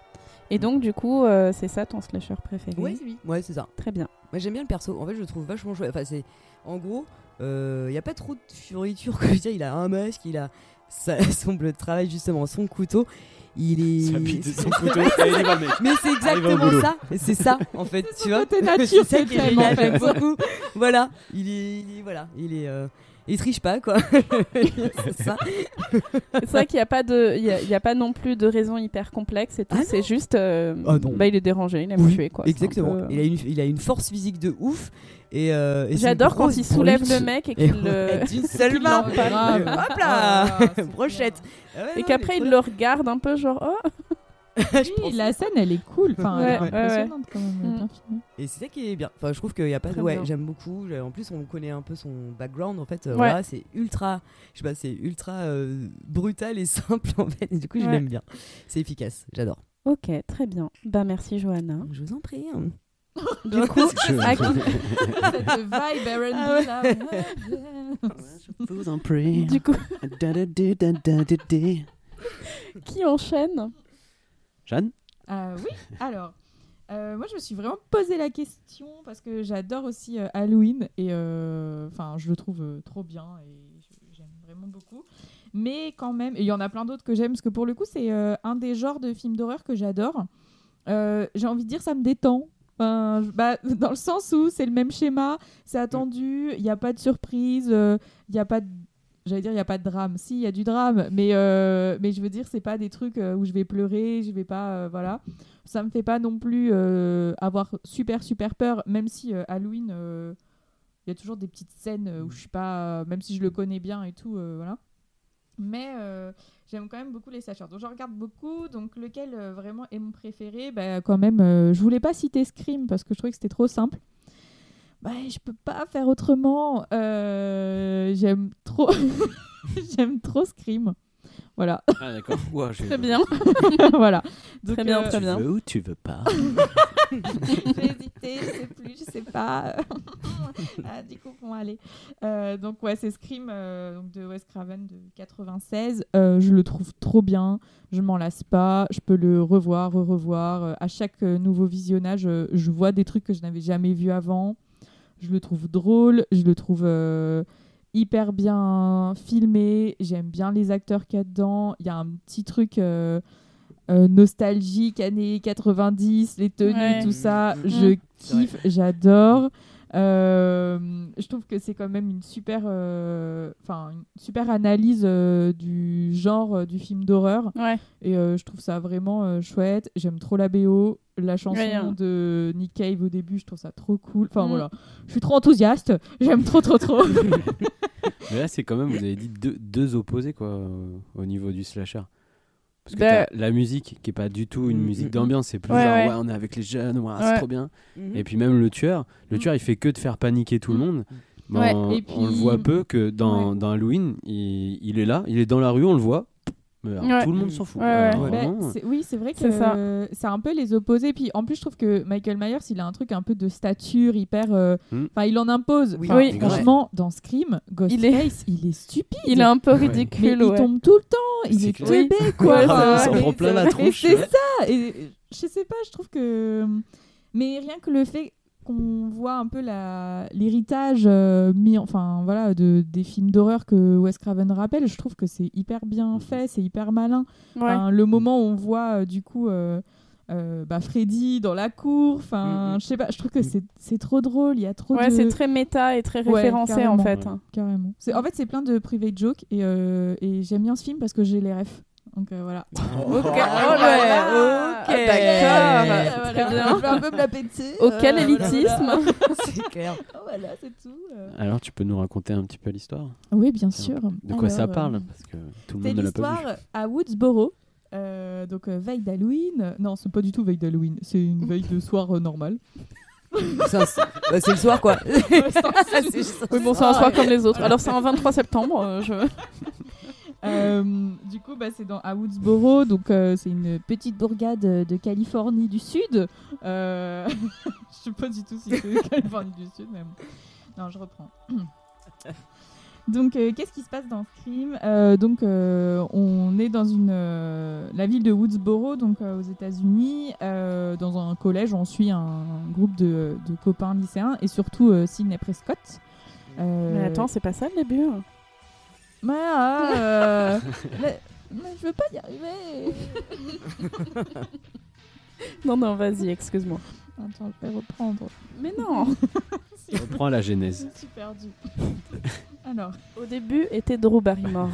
Et donc, du coup, euh, c'est ça ton slasher préféré Ouais, c'est lui. Ouais, c'est ça. Très bien. Moi j'aime bien le perso. En fait, je le trouve vachement chouette. Enfin, c'est en gros, il n'y a pas trop de fioritures. que je veux dire, il a un masque, il a sa- son bleu de travail justement, son couteau. Il est. Sa bite et son couteau. Et il y va, mec. Mais c'est Il va au exactement boulot. ça. C'est ça en fait. C'est tu son vois. côté nature c'est ça que qui est t'aimes, en génial, fait. j'aime beaucoup. Voilà. Il est, il est- voilà, il est. euh, Il triche pas quoi. c'est ça. C'est vrai qu'il n'y a, pas de- il y a, il y a pas non plus de raison hyper complexe et tout. Ah non. c'est juste. euh, Ah non. bah, il est dérangé, il aime Oui, tuer, quoi. C'est un Exactement. peu, euh, Il a une, il a une force physique de ouf. Et, euh, et c'est une J'adore quand grosse il soulève le brute. mec et Et qu'il le. ouais, d'une seule qu'il main. l'empale. Grave. Hop là. Ah, c'est Brochette. Ah ouais, Et non, qu'après, mais il le regarde un peu, genre, oh, trop- je Oui, pense- la scène, elle est cool. Enfin, elle est Ouais, ouais, ouais. impressionnante quand même. elle est bien filmée. Et c'est ça qui est bien. Enfin, je trouve qu'il n'y a pas de. Très Ouais, bien. j'aime beaucoup. J'ai- En plus, on connaît un peu son background. En fait, euh, Ouais. voilà, c'est ultra. Je sais pas, c'est ultra euh, brutal et simple. En fait, Et du coup, je Ouais. l'aime bien. C'est efficace. J'adore. ok, très bien. Bah, merci, Johanna. Je vous en prie. hein. Du coup, à qui- Cette vibe R&B, Ah ouais. là. ouais. Je vous en prie. du coup, Da, da, da, da, da, da, da. qui enchaîne Jeanne Euh, oui, alors, euh, moi je me suis vraiment posé la question parce que j'adore aussi euh, Halloween et euh, enfin je le trouve euh, trop bien et je- j'aime vraiment beaucoup. Mais quand même, et il y en a plein d'autres que j'aime parce que pour le coup c'est euh, un des genres de films d'horreur que j'adore. Euh, J'ai envie de dire ça me détend. Enfin, je- bah, dans le sens où c'est le même schéma, c'est attendu, il n'y a pas de surprise, euh, il n'y a pas de... J'allais dire, il n'y a pas de drame. Si, il y a du drame, mais, euh, mais je veux dire, c'est pas des trucs euh, où je vais pleurer, je vais pas... euh, voilà. Ça me fait pas non plus euh, avoir super, super peur, même si euh, Halloween, euh, il y a toujours des petites scènes euh, où je suis pas... euh, même si je le connais bien et tout, euh, voilà. Mais euh, j'aime quand même beaucoup les slashers. Donc, je regarde beaucoup. Donc, lequel euh, vraiment est mon préféré bah, Quand même, euh, je voulais pas citer Scream parce que je trouvais que c'était trop simple. Bah, je peux pas faire autrement. Euh, j'aime trop. j'aime trop Scream. Voilà, Ah, d'accord. Ouah, j'ai- Très bien. voilà. Donc, Très bien, euh, très bien. Tu veux ou tu veux pas J'ai hésité, je sais plus, je sais pas. Ah, du coup, bon, allez. Euh, donc, ouais, c'est Scream euh, donc de Wes Craven de 96. Euh, je le trouve trop bien. Je m'en lasse pas. Je peux le revoir, re-revoir. Euh, à chaque euh, nouveau visionnage, euh, je vois des trucs que je n'avais jamais vus avant. Je le trouve drôle. Je le trouve. euh, hyper bien filmé, j'aime bien les acteurs qu'il y a dedans, il y a un petit truc euh, euh, nostalgique, années 90, les tenues, Ouais. tout ça, Mhm. je C'est vrai. kiffe, j'adore. Euh, je trouve que c'est quand même une super, euh, enfin une super analyse euh, du genre euh, du film d'horreur Ouais. et euh, je trouve ça vraiment euh, chouette. J'aime trop la BO, la chanson Ouais, hein. de Nick Cave au début, je trouve ça trop cool. Enfin Mm. voilà, je suis trop enthousiaste. J'aime trop trop trop. Mais là, c'est quand même, vous avez dit, deux, deux opposés, quoi, au- au niveau du slasher. Parce que Bah- t'as la musique, qui est pas du tout une Mm, musique mm, d'ambiance, c'est plus Ouais, genre, ouais. ouais, on est avec les jeunes, ouais, Ouais. Mm. c'est trop bien. Mhm. Et puis même le tueur, le tueur, il fait que de faire paniquer tout le monde. Mais Ouais, on, et on le puis- voit peu que dans, dans Halloween, il, il est là, il est dans la rue, on le voit. Mais alors, Ouais. Tout le monde s'en fout. Ouais, Alors, ouais. Bah, vraiment, c'est- oui, c'est vrai que C'est ça. euh, c'est un peu les opposés. Puis en plus, je trouve que Michael Myers, il a un truc un peu de stature hyper. euh, Hmm. Enfin, il en impose. Oui, Enfin, Oui. franchement, dans Scream, Il est- Ghostface, il est, stupide. Il est un peu Ouais. Mais ridicule, il ouais. tombe tout le temps. Il C'est est, clair. teubé, Ouais, quoi. c'est Enfin, vrai. ça en et- prend plein la et tronche. c'est ça. Et je sais pas, je trouve que. Mais rien que le fait qu'on voit un peu la l'héritage euh, mis en- enfin voilà de des films d'horreur que Wes Craven rappelle je trouve que c'est hyper bien fait c'est hyper malin Mhm. Ouais. Enfin, le moment où on voit euh, du coup euh, euh, bah, Freddy dans la cour, enfin, Mm, mm. je sais pas, je trouve que c'est- c'est trop drôle, il y a trop Mhm. Ouais, de... c'est très méta et très Ouais, référencé en carrément. fait. Carrément. C'est- En fait, c'est plein de private jokes et, euh, et j'aime bien ce film parce que j'ai les refs. Donc euh, voilà. Ok, oh Ah, Ah, là, ok, ok. d'accord, Ah, Voilà, très Je bien. vais un peu me la péter. Auquel euh, voilà, voilà. Oh, élitisme C'est clair. Voilà, c'est tout. euh. alors, tu peux nous raconter un petit peu l'histoire Oui, bien Tiens, sûr. Ah De bah quoi ça Alors, euh, parle Parce que tout le C'est monde ne l'a pas vu. l'histoire à Woodsboro. euh, donc euh, veille d'Halloween. Non, c'est pas du tout veille d'Halloween. C'est une veille de soir euh, normale. Ça, C'est bah, c'est le soir, quoi. c'est- C'est juste- Oui, bon, c'est un soir comme les autres. Alors, c'est un 23 septembre. euh, je... Euh, du coup, bah, c'est dans à Woodsboro, donc euh, c'est une petite bourgade euh, de Californie du Sud. Euh, je sais pas du tout si c'est Californie du Sud, mais bon. Non, je reprends. Donc, euh, qu'est-ce qui se passe dans Scream Euh, Donc, euh, on est dans une, euh, la ville de Woodsboro, donc euh, aux États-Unis, euh, dans un collège. où On suit un groupe de, de copains lycéens et surtout euh, Sidney Prescott. Euh, Mais attends, c'est pas ça le début hein. mais, ah, euh, mais- mais je veux pas y arriver. Non, non, vas-y, excuse-moi. Attends, je vais reprendre. Mais non C'est Reprends la genèse. super dur. Alors, Au début était Drew Barrymore.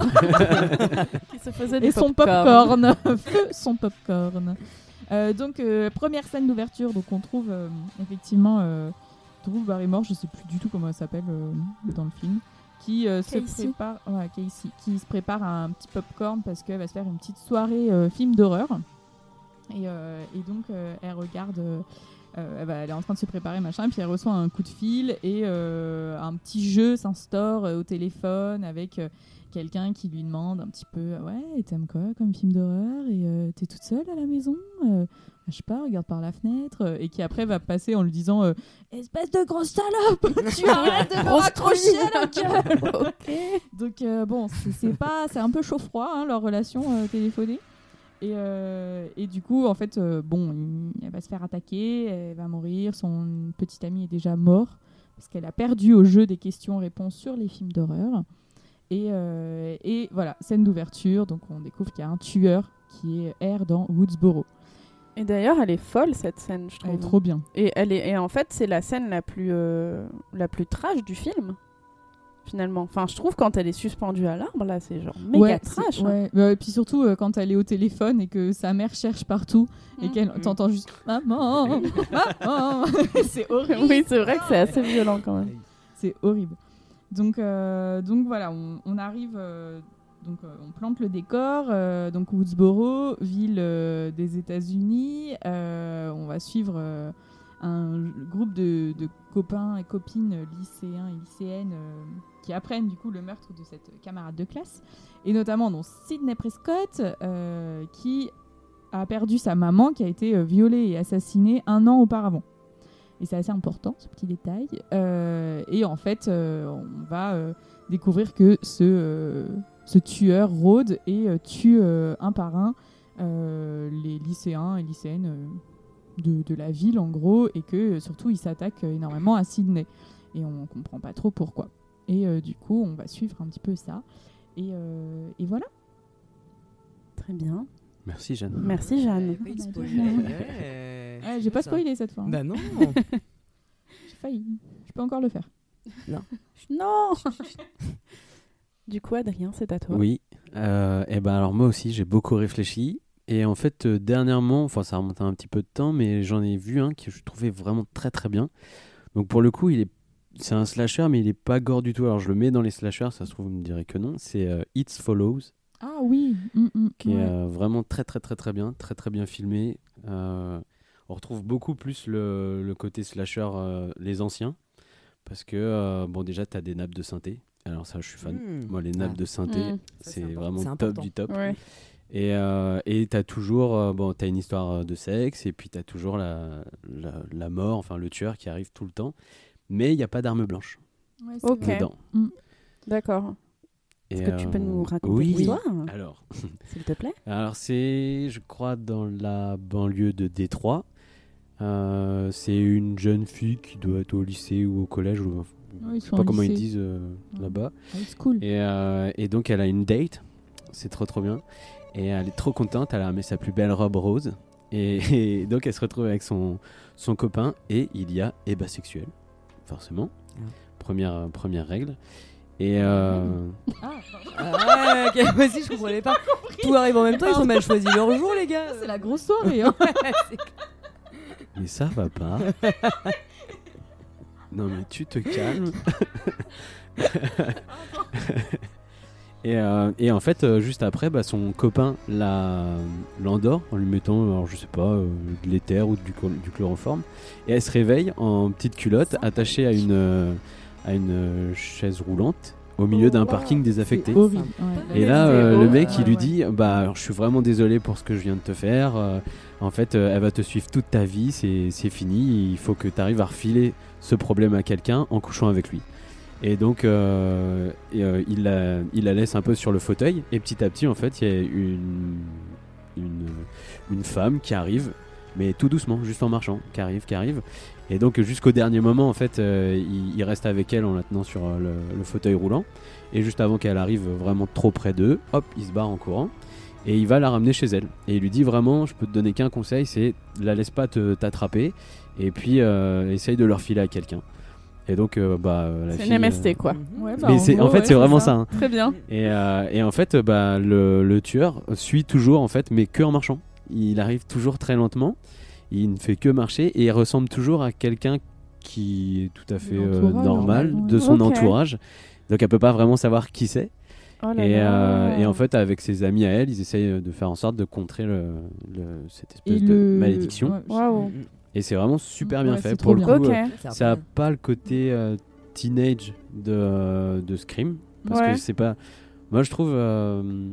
qui se faisait des et son popcorn, feu son popcorn. Euh, donc euh, première scène d'ouverture, donc on trouve euh, effectivement euh, Drew Barrymore, je sais plus du tout comment elle s'appelle euh, dans le film, qui euh, se Casey. prépare, ouais, Casey, qui se prépare à un petit popcorn parce qu'elle va se faire une petite soirée euh, film d'horreur. Et, euh, et donc euh, elle regarde, euh, euh, elle, va- elle est en train de se préparer machin, et puis elle reçoit un coup de fil et euh, un petit jeu s'instaure euh, au téléphone avec euh, quelqu'un qui lui demande un petit peu euh, ouais t'aimes quoi comme film d'horreur et euh, t'es toute seule à la maison Euh, je sais pas regarde par la fenêtre euh, et qui après va passer en lui disant euh, espèce de grosse salope tu arrêtes de me Grosse raccrocher à la couille. gueule Ok. donc euh, bon, c'est- c'est pas, c'est un peu chaud froid leur relation euh, téléphonée. Et, euh, et du coup, en fait, euh, bon, il- elle va se faire attaquer, elle va mourir. Son petit ami est déjà mort parce qu'elle a perdu au jeu des questions-réponses sur les films d'horreur. Et, euh, et voilà, scène d'ouverture. Donc on découvre qu'il y a un tueur qui est R dans Woodsboro. Et d'ailleurs, elle est folle cette scène, je trouve. Elle est trop bien. Et, elle est... et en fait, c'est la scène la plus, euh, la plus trash du film. Finalement. Enfin, je trouve quand elle est suspendue à l'arbre, là, c'est genre méga ouais, c'est- trash. hein. ouais. Euh, Et puis surtout euh, quand elle est au téléphone et que sa mère cherche partout et Mm. qu'elle t'entend juste maman, maman. c'est horrible. Oui, c'est vrai que c'est assez violent quand même. C'est horrible. Donc, euh, donc voilà, on, on arrive, euh, donc euh, on plante le décor. euh, donc Woodsboro, ville euh, des États-Unis. euh, on va suivre euh, un groupe de, de copains et copines lycéens et lycéennes euh, qui apprennent du coup le meurtre de cette camarade de classe, et notamment dont Sidney Prescott euh, qui a perdu sa maman qui a été euh, violée et assassinée un an auparavant. Et c'est assez important ce petit détail. Euh, et en fait, euh, on va euh, découvrir que ce, euh, ce tueur rôde et euh, tue euh, un par un euh, les lycéens et lycéennes euh, de, de la ville en gros, et que euh, surtout il s'attaque euh, énormément à Sydney. Et on comprend pas trop pourquoi. Et euh, du coup, on va suivre un petit peu ça. Et, euh, et voilà. Très bien. Merci Jeanne. Merci Jeanne. Pas eu de Bah, spoiler, dommage. ouais. Ouais, j'ai pas Ça. spoilé cette fois. hein. Bah non. J'ai failli. Je peux encore le faire. Non Du coup, Adrien, c'est à toi. Oui. et ben alors moi aussi j'ai beaucoup réfléchi et en fait euh, dernièrement, enfin ça remonte à un petit peu de temps, mais j'en ai vu un que je trouvais vraiment très très bien. Donc pour le coup il est c'est un slasher mais il est pas gore du tout. Alors je le mets dans les slashers, ça se trouve vous me direz que non. C'est euh, It Follows Ah oui. Mm, mm, qui est ouais. euh, vraiment très très très très bien, très très bien filmé. Euh, on retrouve beaucoup plus le, le côté slasher euh, les anciens parce que euh, bon déjà t'as des nappes de synthé. Alors ça je suis fan. Hmm. Moi les nappes Ah. de synthé Mm. Ça, c'est c'est important. vraiment C'est top important. du top. Ouais. Et euh, et t'as toujours euh, bon t'as une histoire euh, de sexe et puis t'as toujours la, la la mort enfin le tueur qui arrive tout le temps. Mais il n'y a pas d'arme blanche Ouais, c'est Ok. vrai. dedans. D'accord. Est-ce Et, que tu peux euh, nous raconter oui. l'histoire, Alors s'il te plaît Alors c'est, je crois, dans la banlieue de Détroit. Euh, c'est une jeune fille qui doit être au lycée ou au collège, ou Ah, ils je sais sont pas au comment ils lycée. disent euh, Ouais. là-bas. Ah, it's cool. Et, euh, et donc elle a une date, c'est trop trop bien. Et elle est trop contente, elle a mis sa plus belle robe rose. Et, et donc elle se retrouve avec son, son copain et il y a ébat sexuel, forcément. Ah. Première, première règle. Et euh, Ah, Ah ouais, ok, moi aussi je comprenais pas. Tout arrive en même temps, ils ont mal choisi leur jour, les gars. c'est la grosse soirée. hein. Mais ça va pas. non mais tu te calmes. et, euh, et en fait, euh, juste après, bah, son copain la- l'endort en lui mettant, alors, je sais pas, euh, de l'éther ou du, chlor- du chloroforme. Et elle se réveille en petite culotte, attachée à une, euh, à une euh, chaise roulante au milieu d'un parking désaffecté. C'est horrible. ouais. Et là, C'est euh, le horrible. mec, il Ouais, lui ouais. dit Bah, alors, je suis vraiment désolé pour ce que je viens de te faire. Euh, en fait, euh, elle va te suivre toute ta vie, c'est c'est fini. Il faut que tu arrives à refiler ce problème à quelqu'un en couchant avec lui. Et donc, euh, et, euh, il, la, il la laisse un peu sur le fauteuil. Et petit à petit, en fait, il y a une, une, une femme qui arrive, mais tout doucement, juste en marchant, qui arrive, qui arrive. Et donc, jusqu'au dernier moment, en fait, euh, il, il reste avec elle en la tenant sur euh, le- le fauteuil roulant. Et juste avant qu'elle arrive vraiment trop près d'eux, hop, il se barre en courant. Et il va la ramener chez elle. Et il lui dit vraiment, je peux te donner qu'un conseil, c'est la laisse pas te- t'attraper. Et puis euh, essaye de leur filer à quelqu'un. Et donc, euh, bah, euh, la C'est fille, une euh, MST, quoi. Ouais, bah, Mais c'est- en gros, fait, ouais, c'est vraiment ça. hein. Très bien. Et, euh, et en fait, euh, bah, le, le tueur suit toujours, en fait, mais que en marchant. Il arrive toujours très lentement. Il ne fait que marcher et il ressemble toujours à quelqu'un qui est tout à fait euh, L'entourage, normal ouais. de son Ok. entourage. Donc elle peut pas vraiment savoir qui c'est. Oh là Et, là. euh, et en fait, avec ses amis à elle, ils essayent de faire en sorte de contrer le, le- cette Et espèce de le- malédiction. Ouais, je- Waouh. Mhm. Et c'est vraiment super bien Ouais, fait. c'est Pour trop le bien. coup, Ok. euh, ça a pas le côté euh, teenage de, de Scream. Parce Ouais. que c'est pas. Moi, je trouve. euh,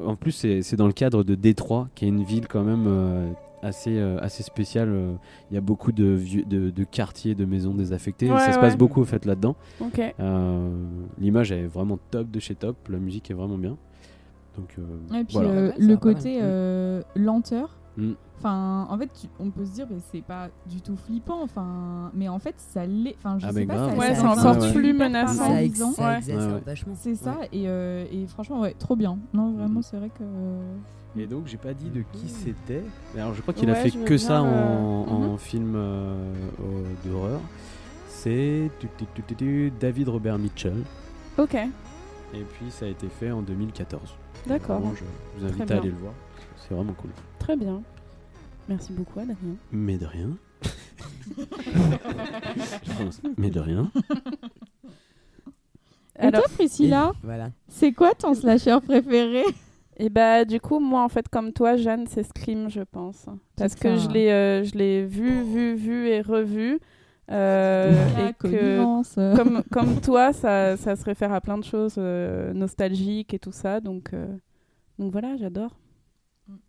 en plus, c'est c'est dans le cadre de Détroit, qui est une ville quand même euh, assez, euh, assez spéciale. Euh, Il y a beaucoup de, vieux, de, de quartiers, de maisons désaffectées. Ouais, ça se ouais. passe beaucoup, en fait, là-dedans. Ok. Euh, L'image est vraiment top de chez top, la musique est vraiment bien. Donc euh, Et puis voilà. euh, Pas mal, le ça, pas mal. côté Mm. euh, lenteur. Mm. Enfin, en fait, tu- on peut se dire, mais c'est pas du tout flippant. Enfin, mais en fait, ça l'est. Enfin, je Ah, mais sais pas. grave. ça- Ouais, ça c'est fait encore hyper plus paralysant. menaçant. Ça, ex- Ouais. ça exacerbe Ouais. vachement. C'est ça. Et, euh, et franchement, ouais, trop bien. Non, vraiment, Mm. c'est vrai que. Et donc j'ai pas dit de qui c'était. Mais Alors je crois qu'il a Hmm. Ouais, fait je veux que bien, ça en, euh, en film euh, au- d'horreur. C'est tu- tu- tu- tu- tu- David Robert Mitchell. Ok. Et puis ça a été fait en 2014. D'accord. Vraiment, Je vous invite bien. à aller le voir. C'est vraiment cool. Très bien. Merci beaucoup, Adrien. Mais de rien. Je prononce, Mais de rien. Et toi, Priscilla, Voilà. c'est quoi ton slasher préféré Et bah du coup, moi en fait, comme toi, Jeanne, c'est Scream, je pense. Parce que je ça. l'ai euh, je l'ai vu, vu, vu et revu. euh, et que connivence, euh. comme, comme toi, ça, ça se réfère à plein de choses euh, nostalgiques et tout ça. Donc, euh, donc voilà, j'adore.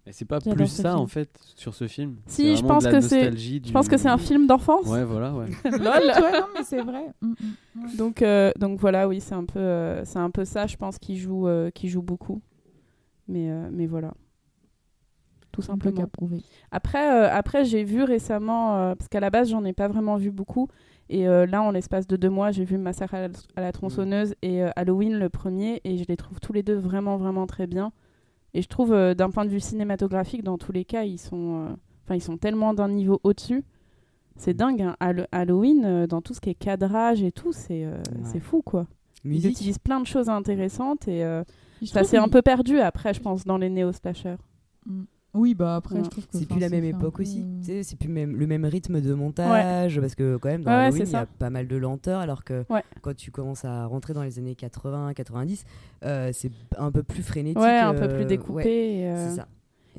Mais c'est pas J'adore plus ce ça film. en fait sur ce film. Si, C'est je vraiment pense de la que c'est- nostalgie Je pense que du- c'est un film d'enfance. Ouais, voilà, ouais. Lol. Ouais, non, mais c'est vrai. Mm, mm, mm. donc, euh, donc voilà, oui, c'est un, peu, euh, c'est un peu ça, je pense, qui joue, euh, qui joue beaucoup. Mais, euh, mais voilà. Tout un peu simplement. qu'à prouver. Après, euh, après j'ai vu récemment, euh, parce qu'à la base, j'en ai pas vraiment vu beaucoup. Et euh, là, en l'espace de deux mois, j'ai vu Massacre à la, à la tronçonneuse et euh, Halloween le premier. Et je les trouve tous les deux vraiment, vraiment très bien. Et je trouve, euh, d'un point de vue cinématographique, dans tous les cas, ils sont, euh, enfin, ils sont tellement d'un niveau au-dessus. C'est dingue, hein. Hall- Halloween, euh, dans tout ce qui est cadrage et tout, c'est euh, Ouais. c'est fou, quoi. Ils Musique. utilisent plein de choses intéressantes et euh, Je ça trouve s'est un qu'il- peu perdu après, je pense, dans les néo-slashers. Oui, bah après, Ouais. je trouve que. C'est enfin, plus la même fait un époque peu, aussi. Mm. euh, Tu sais, C'est plus même, le même rythme de montage parce que quand même dans Ouais, ouais, Halloween c'est il y a ça. pas mal de lenteur alors que Ouais. quand tu commences à rentrer dans les années 80, 90, euh, c'est un peu plus frénétique. Ouais, un peu euh, plus découpé. ouais, et, euh, c'est ça.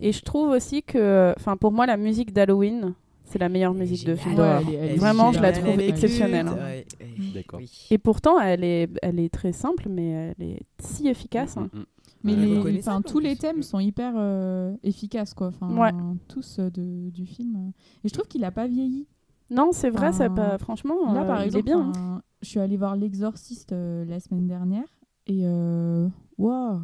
Et je trouve aussi que, enfin, pour moi, la musique d'Halloween, c'est la meilleure musique de film géniale. d'horreur. Ouais, elle est- elle est Vraiment, je la géniale, trouve elle est exceptionnelle. culte, hein. Ouais, ouais, D'accord. oui. Et pourtant, elle est, elle est très simple, mais elle est si efficace. hein. Mm, mm. Mais Ouais, les- reconnaissable, enfin, en tous les plus. thèmes sont hyper euh, efficaces, quoi. Enfin, Ouais. tous euh, de- du film. Et je trouve qu'il a pas vieilli. Non, c'est vrai, ça Ah. pas, franchement, Là, euh, par il exemple, hein. est bien. enfin, je suis allée voir L'Exorciste euh, la semaine dernière et euh, waouh,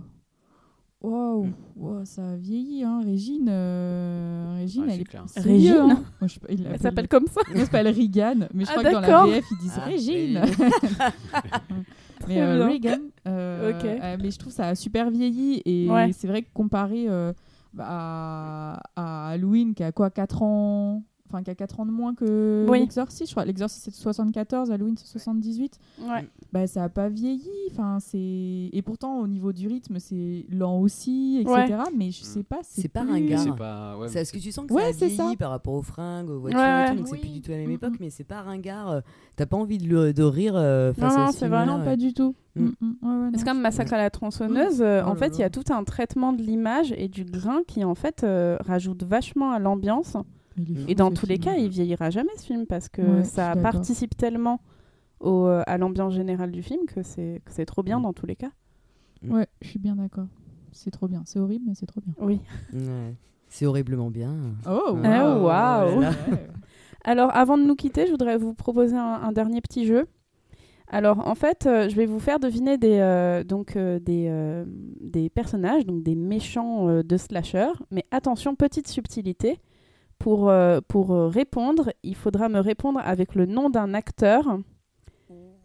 waouh, waouh, ça a vieilli, hein, Régine. euh, Régine, Ouais, c'est elle est clair. c'est Régine vieux, hein. Moi, je sais pas, il Elle l'appelle- s'appelle comme ça. Moi, je s'appelle Regan, mais je Ah, crois que dans la d'accord. VF ils disent Ah, Régine. mais Très euh, bien. Regan, euh, Ok. euh, mais je trouve ça a super vieilli et Ouais. c'est vrai que comparé euh, bah, à, à Halloween qui a quoi 4 ans Enfin, qui a 4 ans de moins que Oui. l'Exorciste, je crois. L'Exorciste, c'est de 74, Halloween, c'est 78. Ouais. Bah, ça a pas vieilli. Enfin, c'est... Et pourtant, au niveau du rythme, c'est lent aussi, etc. Mais Mm. je sais pas, c'est, C'est pas plus- Mais ringard. Ah. c'est pas. Ouais, Ça, Est-ce que tu sens que Ouais, ça a c'est ça. vieilli par rapport aux fringues, aux voitures Ouais, et tout, ouais. donc c'est plus Oui. du tout la même Mm, époque, mm. mais c'est pas ringard. euh, T'as pas envie de, le- de rire euh, face Non, non, à ce c'est film-là, vrai. Non, ouais. pas du tout. Mm. Mm, mm, ouais, ouais, C'est non, comme je- Massacre à la tronçonneuse. euh, Oh en là fait, il y là. a tout un traitement de l'image et du grain qui, en fait, euh, rajoute vachement à l'ambiance. Il est fou, Et dans ce tous les film. hein. cas, il vieillira jamais ce film parce que Ouais, je suis ça d'accord. participe tellement au, euh, à l'ambiance générale du film que c'est que c'est trop Mm. bien dans tous les cas. Ouais, je suis bien d'accord. C'est trop bien. C'est horrible, mais c'est trop bien. Oui. Ouais. C'est horriblement bien. Oh, waouh. Oh, waouh. Oh là là. Alors, avant de nous quitter, je voudrais vous proposer un, un dernier petit jeu. Alors, en fait, euh, je vais vous faire deviner des, euh, donc, euh, des, euh, des personnages, donc des méchants euh, de slasher. Mais attention, petite subtilité. Pour, euh, pour euh, répondre, il faudra me répondre avec le nom d'un acteur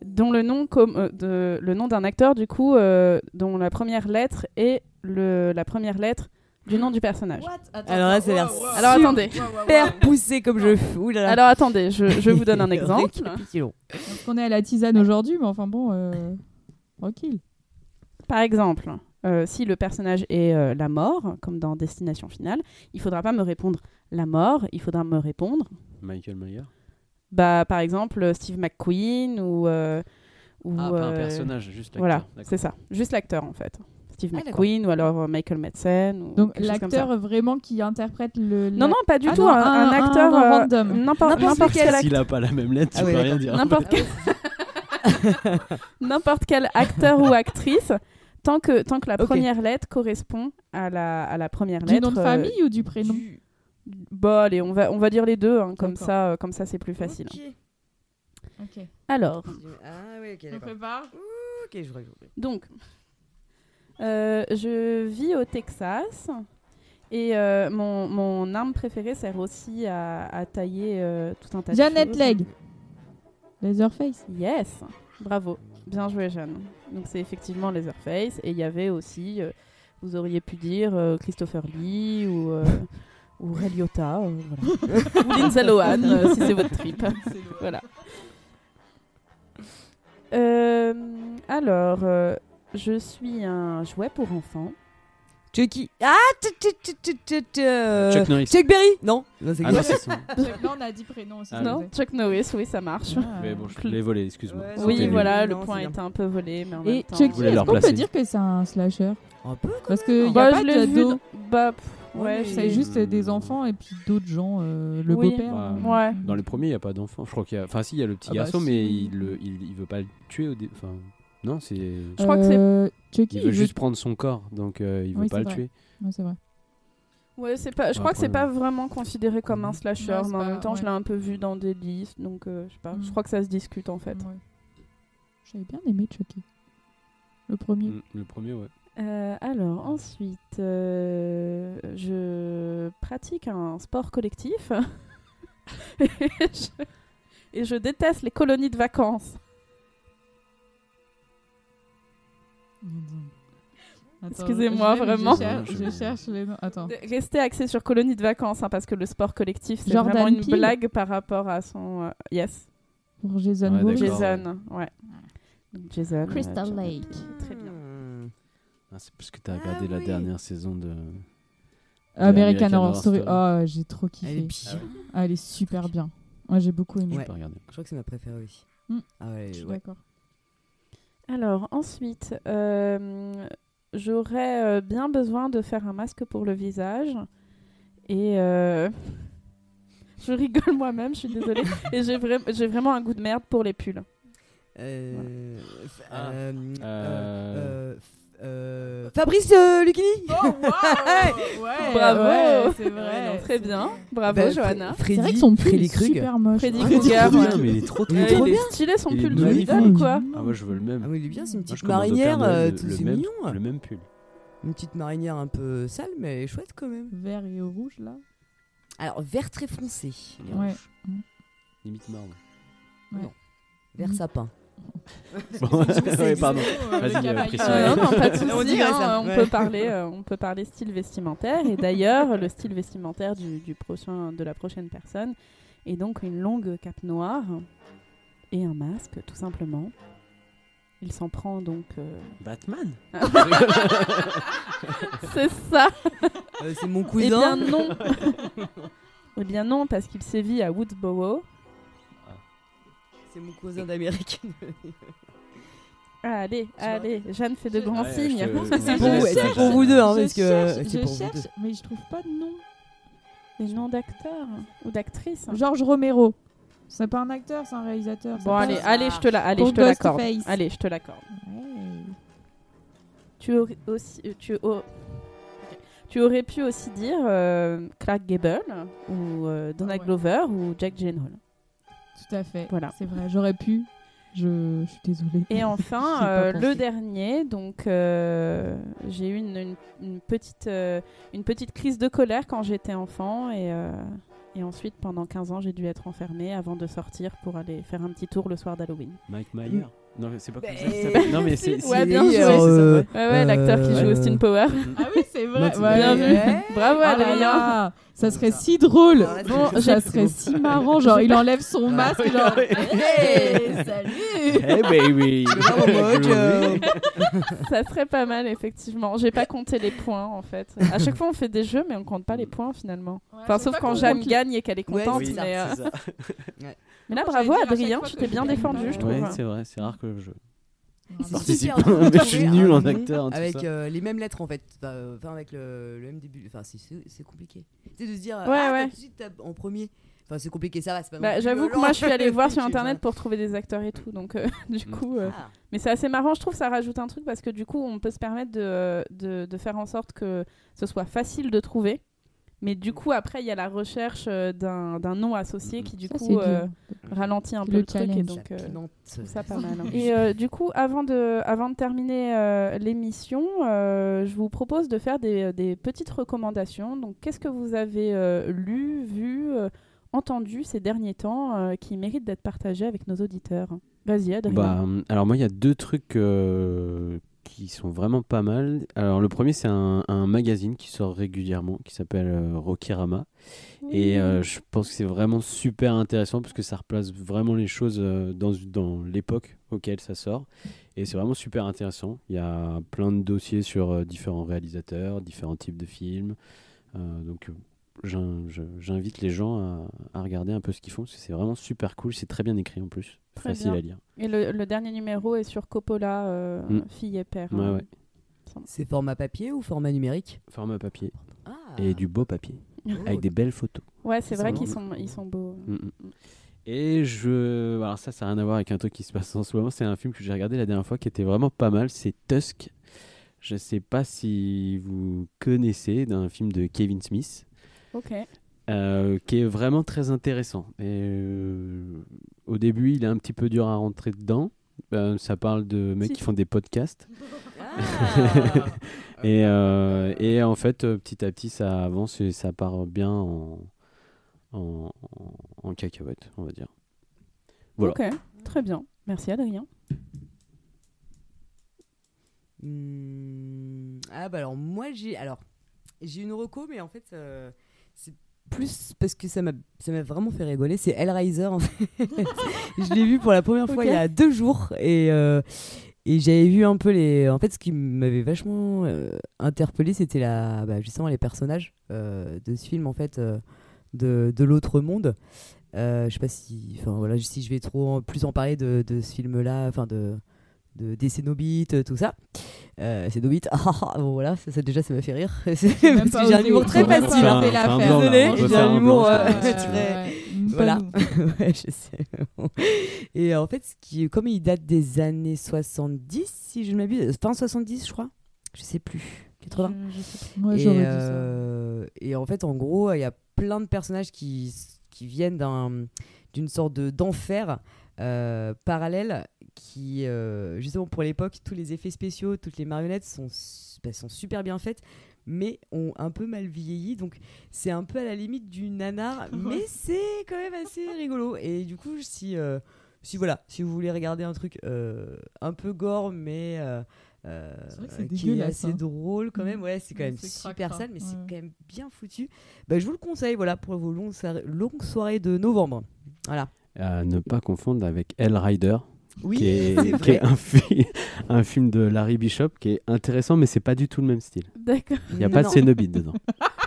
dont le nom comme euh, de- le nom d'un acteur du coup euh, dont la première lettre est le la première lettre du nom du personnage. Alors là, ça a l'air Alors attendez. super poussé comme je fous. Ouh là là. Alors attendez, je, je vous donne un exemple. Récapitulons. Parce qu'on est à la tisane aujourd'hui, mais enfin bon, euh, tranquille. Par exemple, euh, si le personnage est euh, la mort, comme dans Destination Finale, il faudra pas me répondre la mort, il faudra me répondre, Michael Myers. bah, par exemple, euh, Steve McQueen ou. euh, ou, Ah, pas un euh, personnage, juste l'acteur. Voilà, D'accord. c'est ça. Juste l'acteur, en fait. Steve Ah, d'accord. McQueen ou alors euh, Michael Madsen. Ou Donc quelque chose comme ça. l'acteur vraiment qui interprète le. Non, la- non, pas du Ah tout. non, un, un un- un acteur. euh, random. N'importe N'importe n'importe quel lequel. acteur. S'il a pas la même lettre, Ah tu oui, peux d'accord. rien dire. N'importe quel... N'importe quel acteur ou actrice, tant que, tant que la Ok. première lettre correspond à la, à la première Du lettre. nom de euh, famille ou du prénom du- Bon, allez, on va, on va dire les deux, hein, comme D'accord. ça, euh, comme ça c'est plus facile. Ok. Ok. Alors, Ah oui, ok, Je me d'accord. prépare. Ok, je crois que je- donc, euh, je vis au Texas et euh, mon, mon arme préférée sert aussi à, à tailler euh, tout un tas de Janet choses. Legg. Laserface. Yes, bravo, bien joué Jeanne. Donc c'est effectivement Leatherface et il y avait aussi, euh, vous auriez pu dire euh, Christopher Lee ou, euh, ou Ray Liotta, euh, voilà. ou Lindsay Lohan euh, si c'est votre trip. voilà. Euh, alors, euh, je suis un jouet pour enfants Chucky. Ah, tu- tu- tu- tu- tu- tu- euh, Chuck Norris. Chuck Berry Non. Non, c'est Ah non, c'est ça. Là, on a dit prénom aussi. Ah, vous Non, savez. Chuck Norris, oui, ça marche. Ah, Mais bon, je l'ai volé, excuse-moi. Ouais, C'était non, Oui, nul. voilà, Non, le c'est point bien. était un peu volé, mais en même Et temps... Chucky, voulais est-ce leur qu'on peut placer. dire que c'est un slasher Un peu. Parce qu'il n'y a Bah, pas je de l'ai vu... d'ado. dans- Bah, pff, ouais, Ouais, je mais- sais C'est juste... juste des enfants et puis d'autres gens, euh, le Oui. beau-père. Bah, euh. Ouais. Dans les premiers, il n'y a pas d'enfant. Je crois qu'il y a. Enfin, si, il y a le petit Ah bah, garçon, si. mais il, le, il, il veut pas le tuer au dé- Enfin, non, c'est. Je crois que c'est- Euh, Chucky, Il il veut veut- juste prendre son corps, donc euh, il veut Oui, pas c'est le vrai. tuer. Ouais, c'est vrai. Ouais, c'est pas... Je Ouais, crois que c'est après, euh, pas vraiment considéré comme un slasher, Ouais, c'est mais en pas- même temps, je ouais. l'ai un peu vu dans des listes, donc euh, je sais pas. Je Mm. crois que ça se discute, en fait. Ouais. J'avais bien aimé Chucky. Le premier. Mm, Le premier, ouais. Euh, alors ensuite, euh, je pratique un sport collectif et, je, et je déteste les colonies de vacances. Attends, Excusez-moi, je- je vraiment. cherche- Je cherche les noms. Attends. Restez axé sur colonies de vacances hein, parce que le sport collectif c'est Jordan vraiment une Peele. blague par rapport à son euh, yes Pour Jason Ouais, Voorhees. D'accord, Jason, ouais. Donc, Jason. euh, Crystal Jordan Lake. Peele, Très bien. Hmm. Ah, c'est parce que t'as Ah regardé la oui. dernière saison de. American American Horror Horror Story. Story. Ah, j'ai trop Elle est kiffé. bien. Ah, elle est super bien. Moi, j'ai beaucoup aimé. Je Ouais. peux regarder. Je crois que c'est ma préférée aussi. Hmm. Ah Je ouais, suis ouais. d'accord. Alors ensuite, euh, j'aurais euh, bien besoin de faire un masque pour le visage. Et euh, je rigole moi-même, je suis désolée. Et j'ai vra- j'ai vraiment un goût de merde pour les pulls. Euh, f- Ah. euh, euh, Euh. euh, f- euh, Fabrice euh, Lucchini Bravo, ouais, c'est vrai. Ouais, Très bien, bravo Bah, Fre- Johanna. Freddy, C'est vrai que son pull Freddy est Krug. super moche. Freddy Ah, Krueger, Il est trop ouais. bien, mais il est trop trop, Il est Euh, trop il bien. est stylé son Il est pull de magnifique. Lidl ou quoi Ah, moi je veux le même. Ah oui, il est bien, c'est une Moi, petite je commande au Père marinière. Noël euh, le- tout- le C'est même- mignon. hein. Le même pull. Une petite marinière un peu sale, mais chouette quand même. Vert et rouge, là. Alors, vert très foncé. les Ouais. rouges. Limite marron. Vert sapin. ouais, pardon. hein. Vas-y, précise. Euh, non, non, pas de On souci, dirait hein, ça, on, ouais. peut parler, euh, on peut parler style vestimentaire. Et d'ailleurs, le style vestimentaire du, du prochain, de la prochaine personne est donc une longue cape noire et un masque, tout simplement. Il s'en prend donc. euh, Batman C'est ça Euh, c'est mon Eh bien cousin. non Eh bien non, parce qu'il sévit à Woodsboro. C'est mon cousin d'Amérique. Allez, vois allez, Jeanne fait de grands Ouais, signes. je te- Mais C'est je pour, te vous- laisse, c'est je- pour vous deux, hein, Je parce que cherche, c'est je pour vous cherche, mais je trouve pas de nom. Les noms d'acteurs ou hein. d'actrices. Georges Romero. C'est pas un acteur, c'est un réalisateur. c'est Bon pas- allez, allez, je te la, allez, Pour je te l'accorde. Ghostface. Allez, je te l'accorde. Ouais. Tu aurais aussi, euh, tu, au- ok. tu aurais pu aussi dire euh, Clark Gable ou euh, Donna Ah ouais. Glover ou Jack Gyllenhaal. Tout à fait. Voilà. C'est vrai, j'aurais pu. Je, je suis désolée. Et J'y enfin, ai pas euh, pensé. le dernier, donc euh, j'ai eu une, une- une petite, euh, une petite crise de colère quand j'étais enfant et, euh, et ensuite pendant 15 ans j'ai dû être enfermée avant de sortir pour aller faire un petit tour le soir d'Halloween. Mike Myers Mm. Non, mais c'est pas comme ça. Ben- ça s'appelle. Non, mais c'est. Ouais, c'est- bien c'est- joué. c'est ça, Euh, ouais. Ouais, ouais, l'acteur qui joue Euh, Austin Power. Ah oui, c'est vrai. Non, c'est Bien voilà. vu. Bravo Ah là Adrien. là, ça serait si drôle. Ah, là, c'est- bon, c'est- ça c'est serait bon. si marrant. Genre, il enlève Ah son masque. genre, hey, salut. Hey baby Bravo, Mike, euh, Ça serait pas mal effectivement. J'ai pas compté les points en fait. À chaque fois on fait des jeux mais on compte pas les points finalement. Enfin sauf quand Jeanne gagne et qu'elle est Ouais, contente. c'est ça, mais, euh, C'est ça. mais là Moi, bravo j'allais dire à Adrien, chaque fois tu que t'es je bien gagne, défendu euh, je trouve. hein. Ouais, c'est vrai, c'est rare que je c'est participe super pas, dur de mais je suis trouver nul un en nom acteur, hein, tout Avec ça. euh, les mêmes lettres en fait. Enfin, euh, Enfin, avec le, le même début. Enfin, c'est- c'est c'est compliqué. C'est de se dire. euh, Ouais, ah, ouais. tout de suite, t'as- en premier. Enfin, c'est compliqué, ça va. c'est pas non Bah, plus J'avoue que violent. moi je suis allée voir sur J'ai- hein. internet pour trouver des acteurs et tout donc euh, du Mm. coup. euh, Ah. Mais c'est assez marrant je trouve ça rajoute un truc parce que du coup on peut se permettre de, de, de faire en sorte que ce soit facile de trouver. Mais du coup après il y a la recherche euh, d'un d'un nom associé Mm. qui du Ça, c'est coup dur. euh, ralentit un Le peu le truc et challenge. donc. euh, Pimente. trouve ça pas mal. hein. Et euh, du coup, avant de, avant de terminer euh, l'émission, euh, je vous propose de faire des, euh, des petites recommandations. Donc, qu'est-ce que vous avez euh, lu, vu, euh, entendu ces derniers temps euh, qui mérite d'être partagé avec nos auditeurs Vas-y, Adrien. Bah, euh, alors moi, il y a deux trucs euh, qui sont vraiment pas mal. Alors le premier, c'est un, un magazine qui sort régulièrement, qui s'appelle euh, Rockyrama. Et euh, je pense que c'est vraiment super intéressant parce que ça replace vraiment les choses euh, dans, dans l'époque auquel ça sort. Et c'est vraiment super intéressant. Il y a plein de dossiers sur euh, différents réalisateurs, différents types de films. Euh, donc euh, j'in- je- j'invite les gens à, à regarder un peu ce qu'ils font, parce que c'est vraiment super cool. C'est très bien écrit en plus. Très Facile bien. à lire. Et le, le dernier numéro est sur Coppola, euh, Mm. fille et père. Ouais, hein. ouais. C'est format papier ou format numérique Format papier. Ah. Et du beau papier. Oh, Avec des belles photos. Ouais, c'est Ils vrai sont qu'ils beaux. sont, ils sont beaux. Mm, mm. Et je. Alors, ça, ça n'a rien à voir avec un truc qui se passe en ce moment. C'est un film que j'ai regardé la dernière fois qui était vraiment pas mal. C'est Tusk. Je sais pas si vous connaissez d'un film de Kevin Smith Ok. euh, qui est vraiment très intéressant. Et euh, au début, il est un petit peu dur à rentrer dedans. Euh, ça parle de mecs Si. qui font des podcasts. Oh. Ah. Et, euh, et en fait, euh, petit à petit, ça avance et ça part bien en, en, en- en cacahuète, on va dire. Voilà. Ok, très bien. Merci Adrien. Hmm, Ah bah alors moi j'ai alors j'ai une reco mais en fait euh, c'est plus parce que ça m'a ça m'a vraiment fait rigoler c'est Hellraiser en fait. je l'ai vu pour la première fois Ok. il y a deux jours et euh, et j'avais vu un peu les en fait ce qui m'avait vachement euh, interpellé c'était la bah, justement les personnages euh, de ce film en fait euh, de, de l'autre monde Euh, je sais pas si enfin voilà si je vais trop en- plus en parler de, de ce film là enfin de, de des Cénobites euh, tout ça euh, c'est Nobit. Ah, ah, ah, bon voilà, ça, ça, déjà ça m'a fait rire. C'est- Même parce pas que j'ai un osé humour très ouvrir. facile. Enfin, hein. Fais la faire. Désolée, Désolé, j'ai j'ai un un humour, euh, très- Voilà. Voilà. ouais, je sais. Bon. Et euh, en fait, ce qui, comme il date des années 70, si je ne m'abuse, euh, fin 70, je crois. Je sais plus. 80 Moi, et, j'aurais dit ça. euh, et en fait, en gros, il y a plein de personnages qui, qui viennent d'un- d'une sorte de- d'enfer euh, parallèle qui, euh, justement, pour l'époque, tous les effets spéciaux, toutes les marionnettes sont, su- bah, sont super bien faites, mais ont un peu mal vieilli. Donc, c'est un peu à la limite du nanar, mais c'est quand même assez rigolo. Et du coup, si, euh, si, voilà, si vous voulez regarder un truc euh, un peu gore, mais. euh, euh, C'est vrai que c'est qui est dégueulasse, assez hein. drôle quand même Mm. ouais c'est quand Ouais, même c'est super cracra. sale mais c'est Ouais. quand même bien foutu bah, je vous le conseille voilà pour vos longues, soir- longues soirées de novembre voilà À ne pas confondre avec Hellrider, oui qui c'est est, qui vrai. est un, fi- un film de Larry Bishop qui est intéressant, mais c'est pas du tout le même style. D'accord. Il n'y a pas de Non, Cénobite dedans.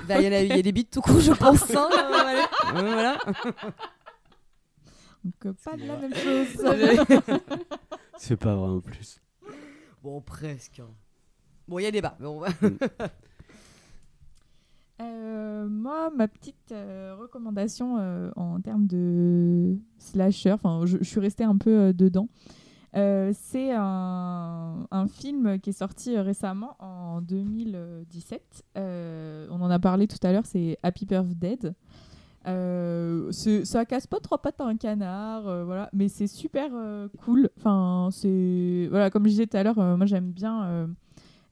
bah, il y en a il y a des bites tout court je pense hein, euh, voilà. Ouais, voilà. Donc, pas de la même chose. C'est pas vrai en plus. bon presque hein. bon il y a débat mais on va Euh, moi, ma petite euh, recommandation euh, en termes de slasher, enfin, je, je suis restée un peu euh, dedans. Euh, c'est un, un film qui est sorti euh, récemment en 2017. Euh, on en a parlé tout à l'heure, c'est Happy Birth Dead. Euh, c'est- ça casse pas trois pattes à un canard, euh, voilà, mais c'est super euh, cool. Enfin, c'est voilà, comme je disais tout à l'heure, euh, moi j'aime bien euh,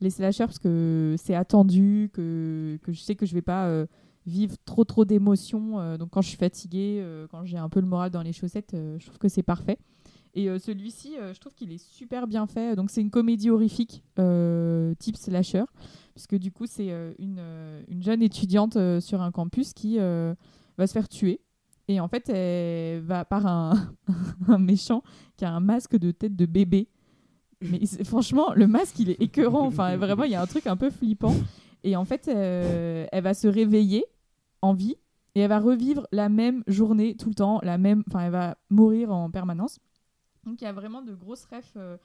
les slashers parce que c'est attendu, que, que je sais que je vais pas euh, vivre trop trop d'émotions. euh, donc quand je suis fatiguée, euh, quand j'ai un peu le moral dans les chaussettes, euh, je trouve que c'est parfait. Et euh, celui-ci, euh, je trouve qu'il est super bien fait. Donc c'est une comédie horrifique euh, type slasher, puisque du coup c'est euh, une, euh, une jeune étudiante euh, sur un campus qui euh, va se faire tuer. Et en fait, elle va par un, un méchant qui a un masque de tête de bébé. Mais c'est- franchement, le masque, il est écœurant. Enfin, vraiment, il y a un truc un peu flippant. Et en fait, euh, elle va se réveiller en vie et elle va revivre la même journée tout le temps, la même. Enfin, elle va mourir en permanence. Donc, il y a vraiment de grosses ref, euh,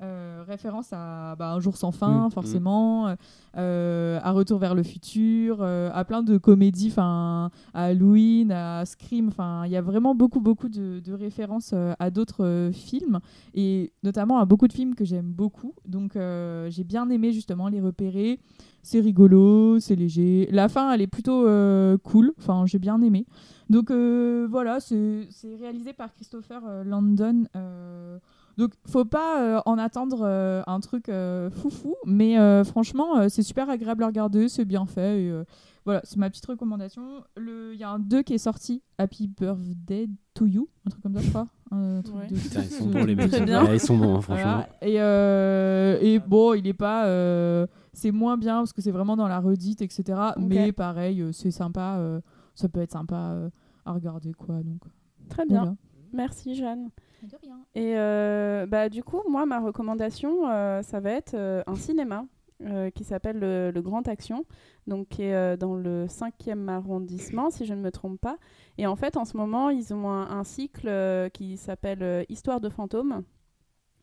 euh, références à bah, Un jour sans fin, Mm, mm. forcément, euh, à Retour vers le futur, euh, à plein de comédies, enfin, à Halloween, à Scream. Enfin, il y a vraiment beaucoup, beaucoup de, de références euh, à d'autres euh, films et notamment à beaucoup de films que j'aime beaucoup. Donc euh, j'ai bien aimé justement les repérer. C'est rigolo, c'est léger. La fin, elle est plutôt euh, cool. Enfin, j'ai bien aimé. Donc euh, voilà, c'est c'est réalisé par Christopher euh, Landon. euh, donc faut pas euh, en attendre euh, un truc euh, foufou, mais euh, franchement, euh, c'est super agréable à regarder, c'est bien fait. et, euh, voilà, c'est ma petite recommandation. Le- Il y a un 2 qui est sorti, Happy Birthday to You, un truc comme ça, je crois. Un truc Ouais. de- Putain, ils sont bons les mecs. Très bien. Ouais, ils sont bons, hein, franchement. voilà. Et, euh, et bon, il est pas. euh, c'est moins bien parce que c'est vraiment dans la redite, etc. Mais pareil, euh, c'est sympa. euh, ça peut être sympa euh, à regarder, quoi. Donc, Très bien. voilà. Merci Jeanne. De rien. Et euh, bah, du coup, moi, ma recommandation, euh, ça va être euh, un cinéma euh, qui s'appelle le, le Grand Action, donc qui est euh, dans le 5e arrondissement, si je ne me trompe pas. Et en fait, en ce moment, ils ont un, un cycle euh, qui s'appelle euh, Histoire de fantômes.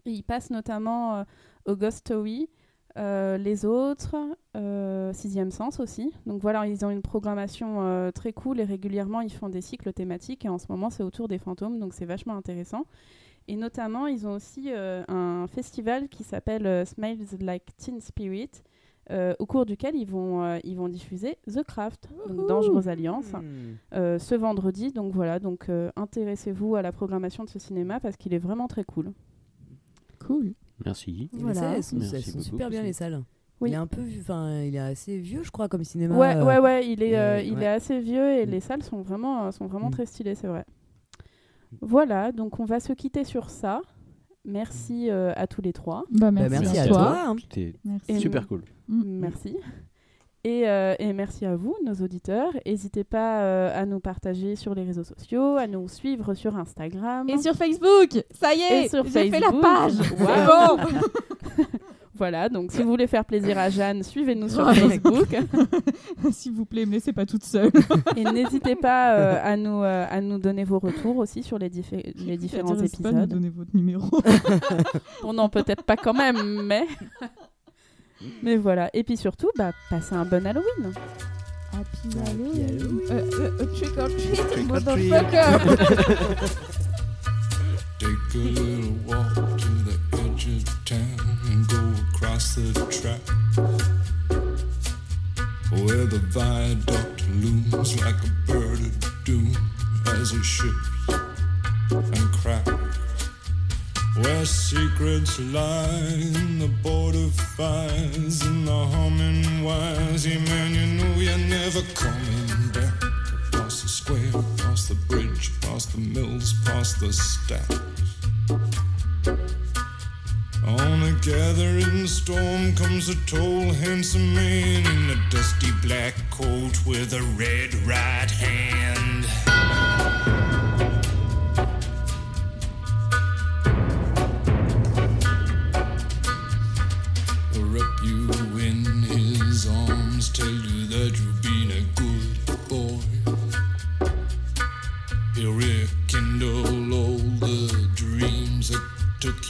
Et ils passent notamment euh, au Ghost Story, euh, Les Autres, euh, Sixième Sens aussi. Donc voilà, ils ont une programmation euh, très cool et régulièrement, ils font des cycles thématiques. Et en ce moment, c'est autour des fantômes, donc c'est vachement intéressant. Et notamment, ils ont aussi euh, un festival qui s'appelle euh, Smells Like Teen Spirit, euh, au cours duquel ils vont, euh, ils vont diffuser The Craft, donc Dangereuse Alliance, Hmm. euh, ce vendredi. Donc voilà, donc euh, intéressez-vous à la programmation de ce cinéma parce qu'il est vraiment très cool. Cool. Merci. Les Voilà. salles, elles sont, Merci elles sont beaucoup, super bien Christine. les salles. Oui. Il est un peu, vieux, enfin, il est assez vieux, je crois, comme cinéma. ouais, euh, ouais, ouais, il est, euh, euh, il ouais. est assez vieux et Mm. les salles sont vraiment, euh, sont vraiment Mm. très stylées, c'est vrai. Mm. Voilà, donc on va se quitter sur ça. Mm. Merci euh, à tous les trois. Bah, bah, merci, merci, à, à toi. toi. hein. C'était Merci. Et- super cool. Mm. Merci. Et, euh, et merci à vous, nos auditeurs. N'hésitez pas euh, à nous partager sur les réseaux sociaux, à nous suivre sur Instagram. Et sur Facebook, ça y est, Et sur j'ai fait la Facebook. page. Waouh. C'est bon. Voilà, donc si vous voulez faire plaisir à Jeanne, suivez-nous sur Ouais. Facebook. S'il vous plaît, me laissez pas toute seule. Et n'hésitez pas euh, à, nous, euh, à nous donner vos retours aussi sur les, diffé- les différents J'intéresse Pas de nous épisodes. donner votre numéro. Bon, non, peut-être pas quand même, mais. Mais voilà. Et puis surtout, bah, passez un bon Halloween. Happy Halloween. Euh, euh, euh, trick or treat, Trick or treat. motherfucker. Take a little walk to the edge of town and go across the track where the viaduct looms like a bird of doom as it shifts and cracks. Where secrets lie in the border fires and the humming wires. Yeah, man, you know you're never coming back. Across the square, across the bridge, past the mills, past the stacks. On a gathering storm comes a tall, handsome man in a dusty black coat with a red right hand. Wrap you in his arms, tell you that you've been a good boy. He'll rekindle all the dreams that took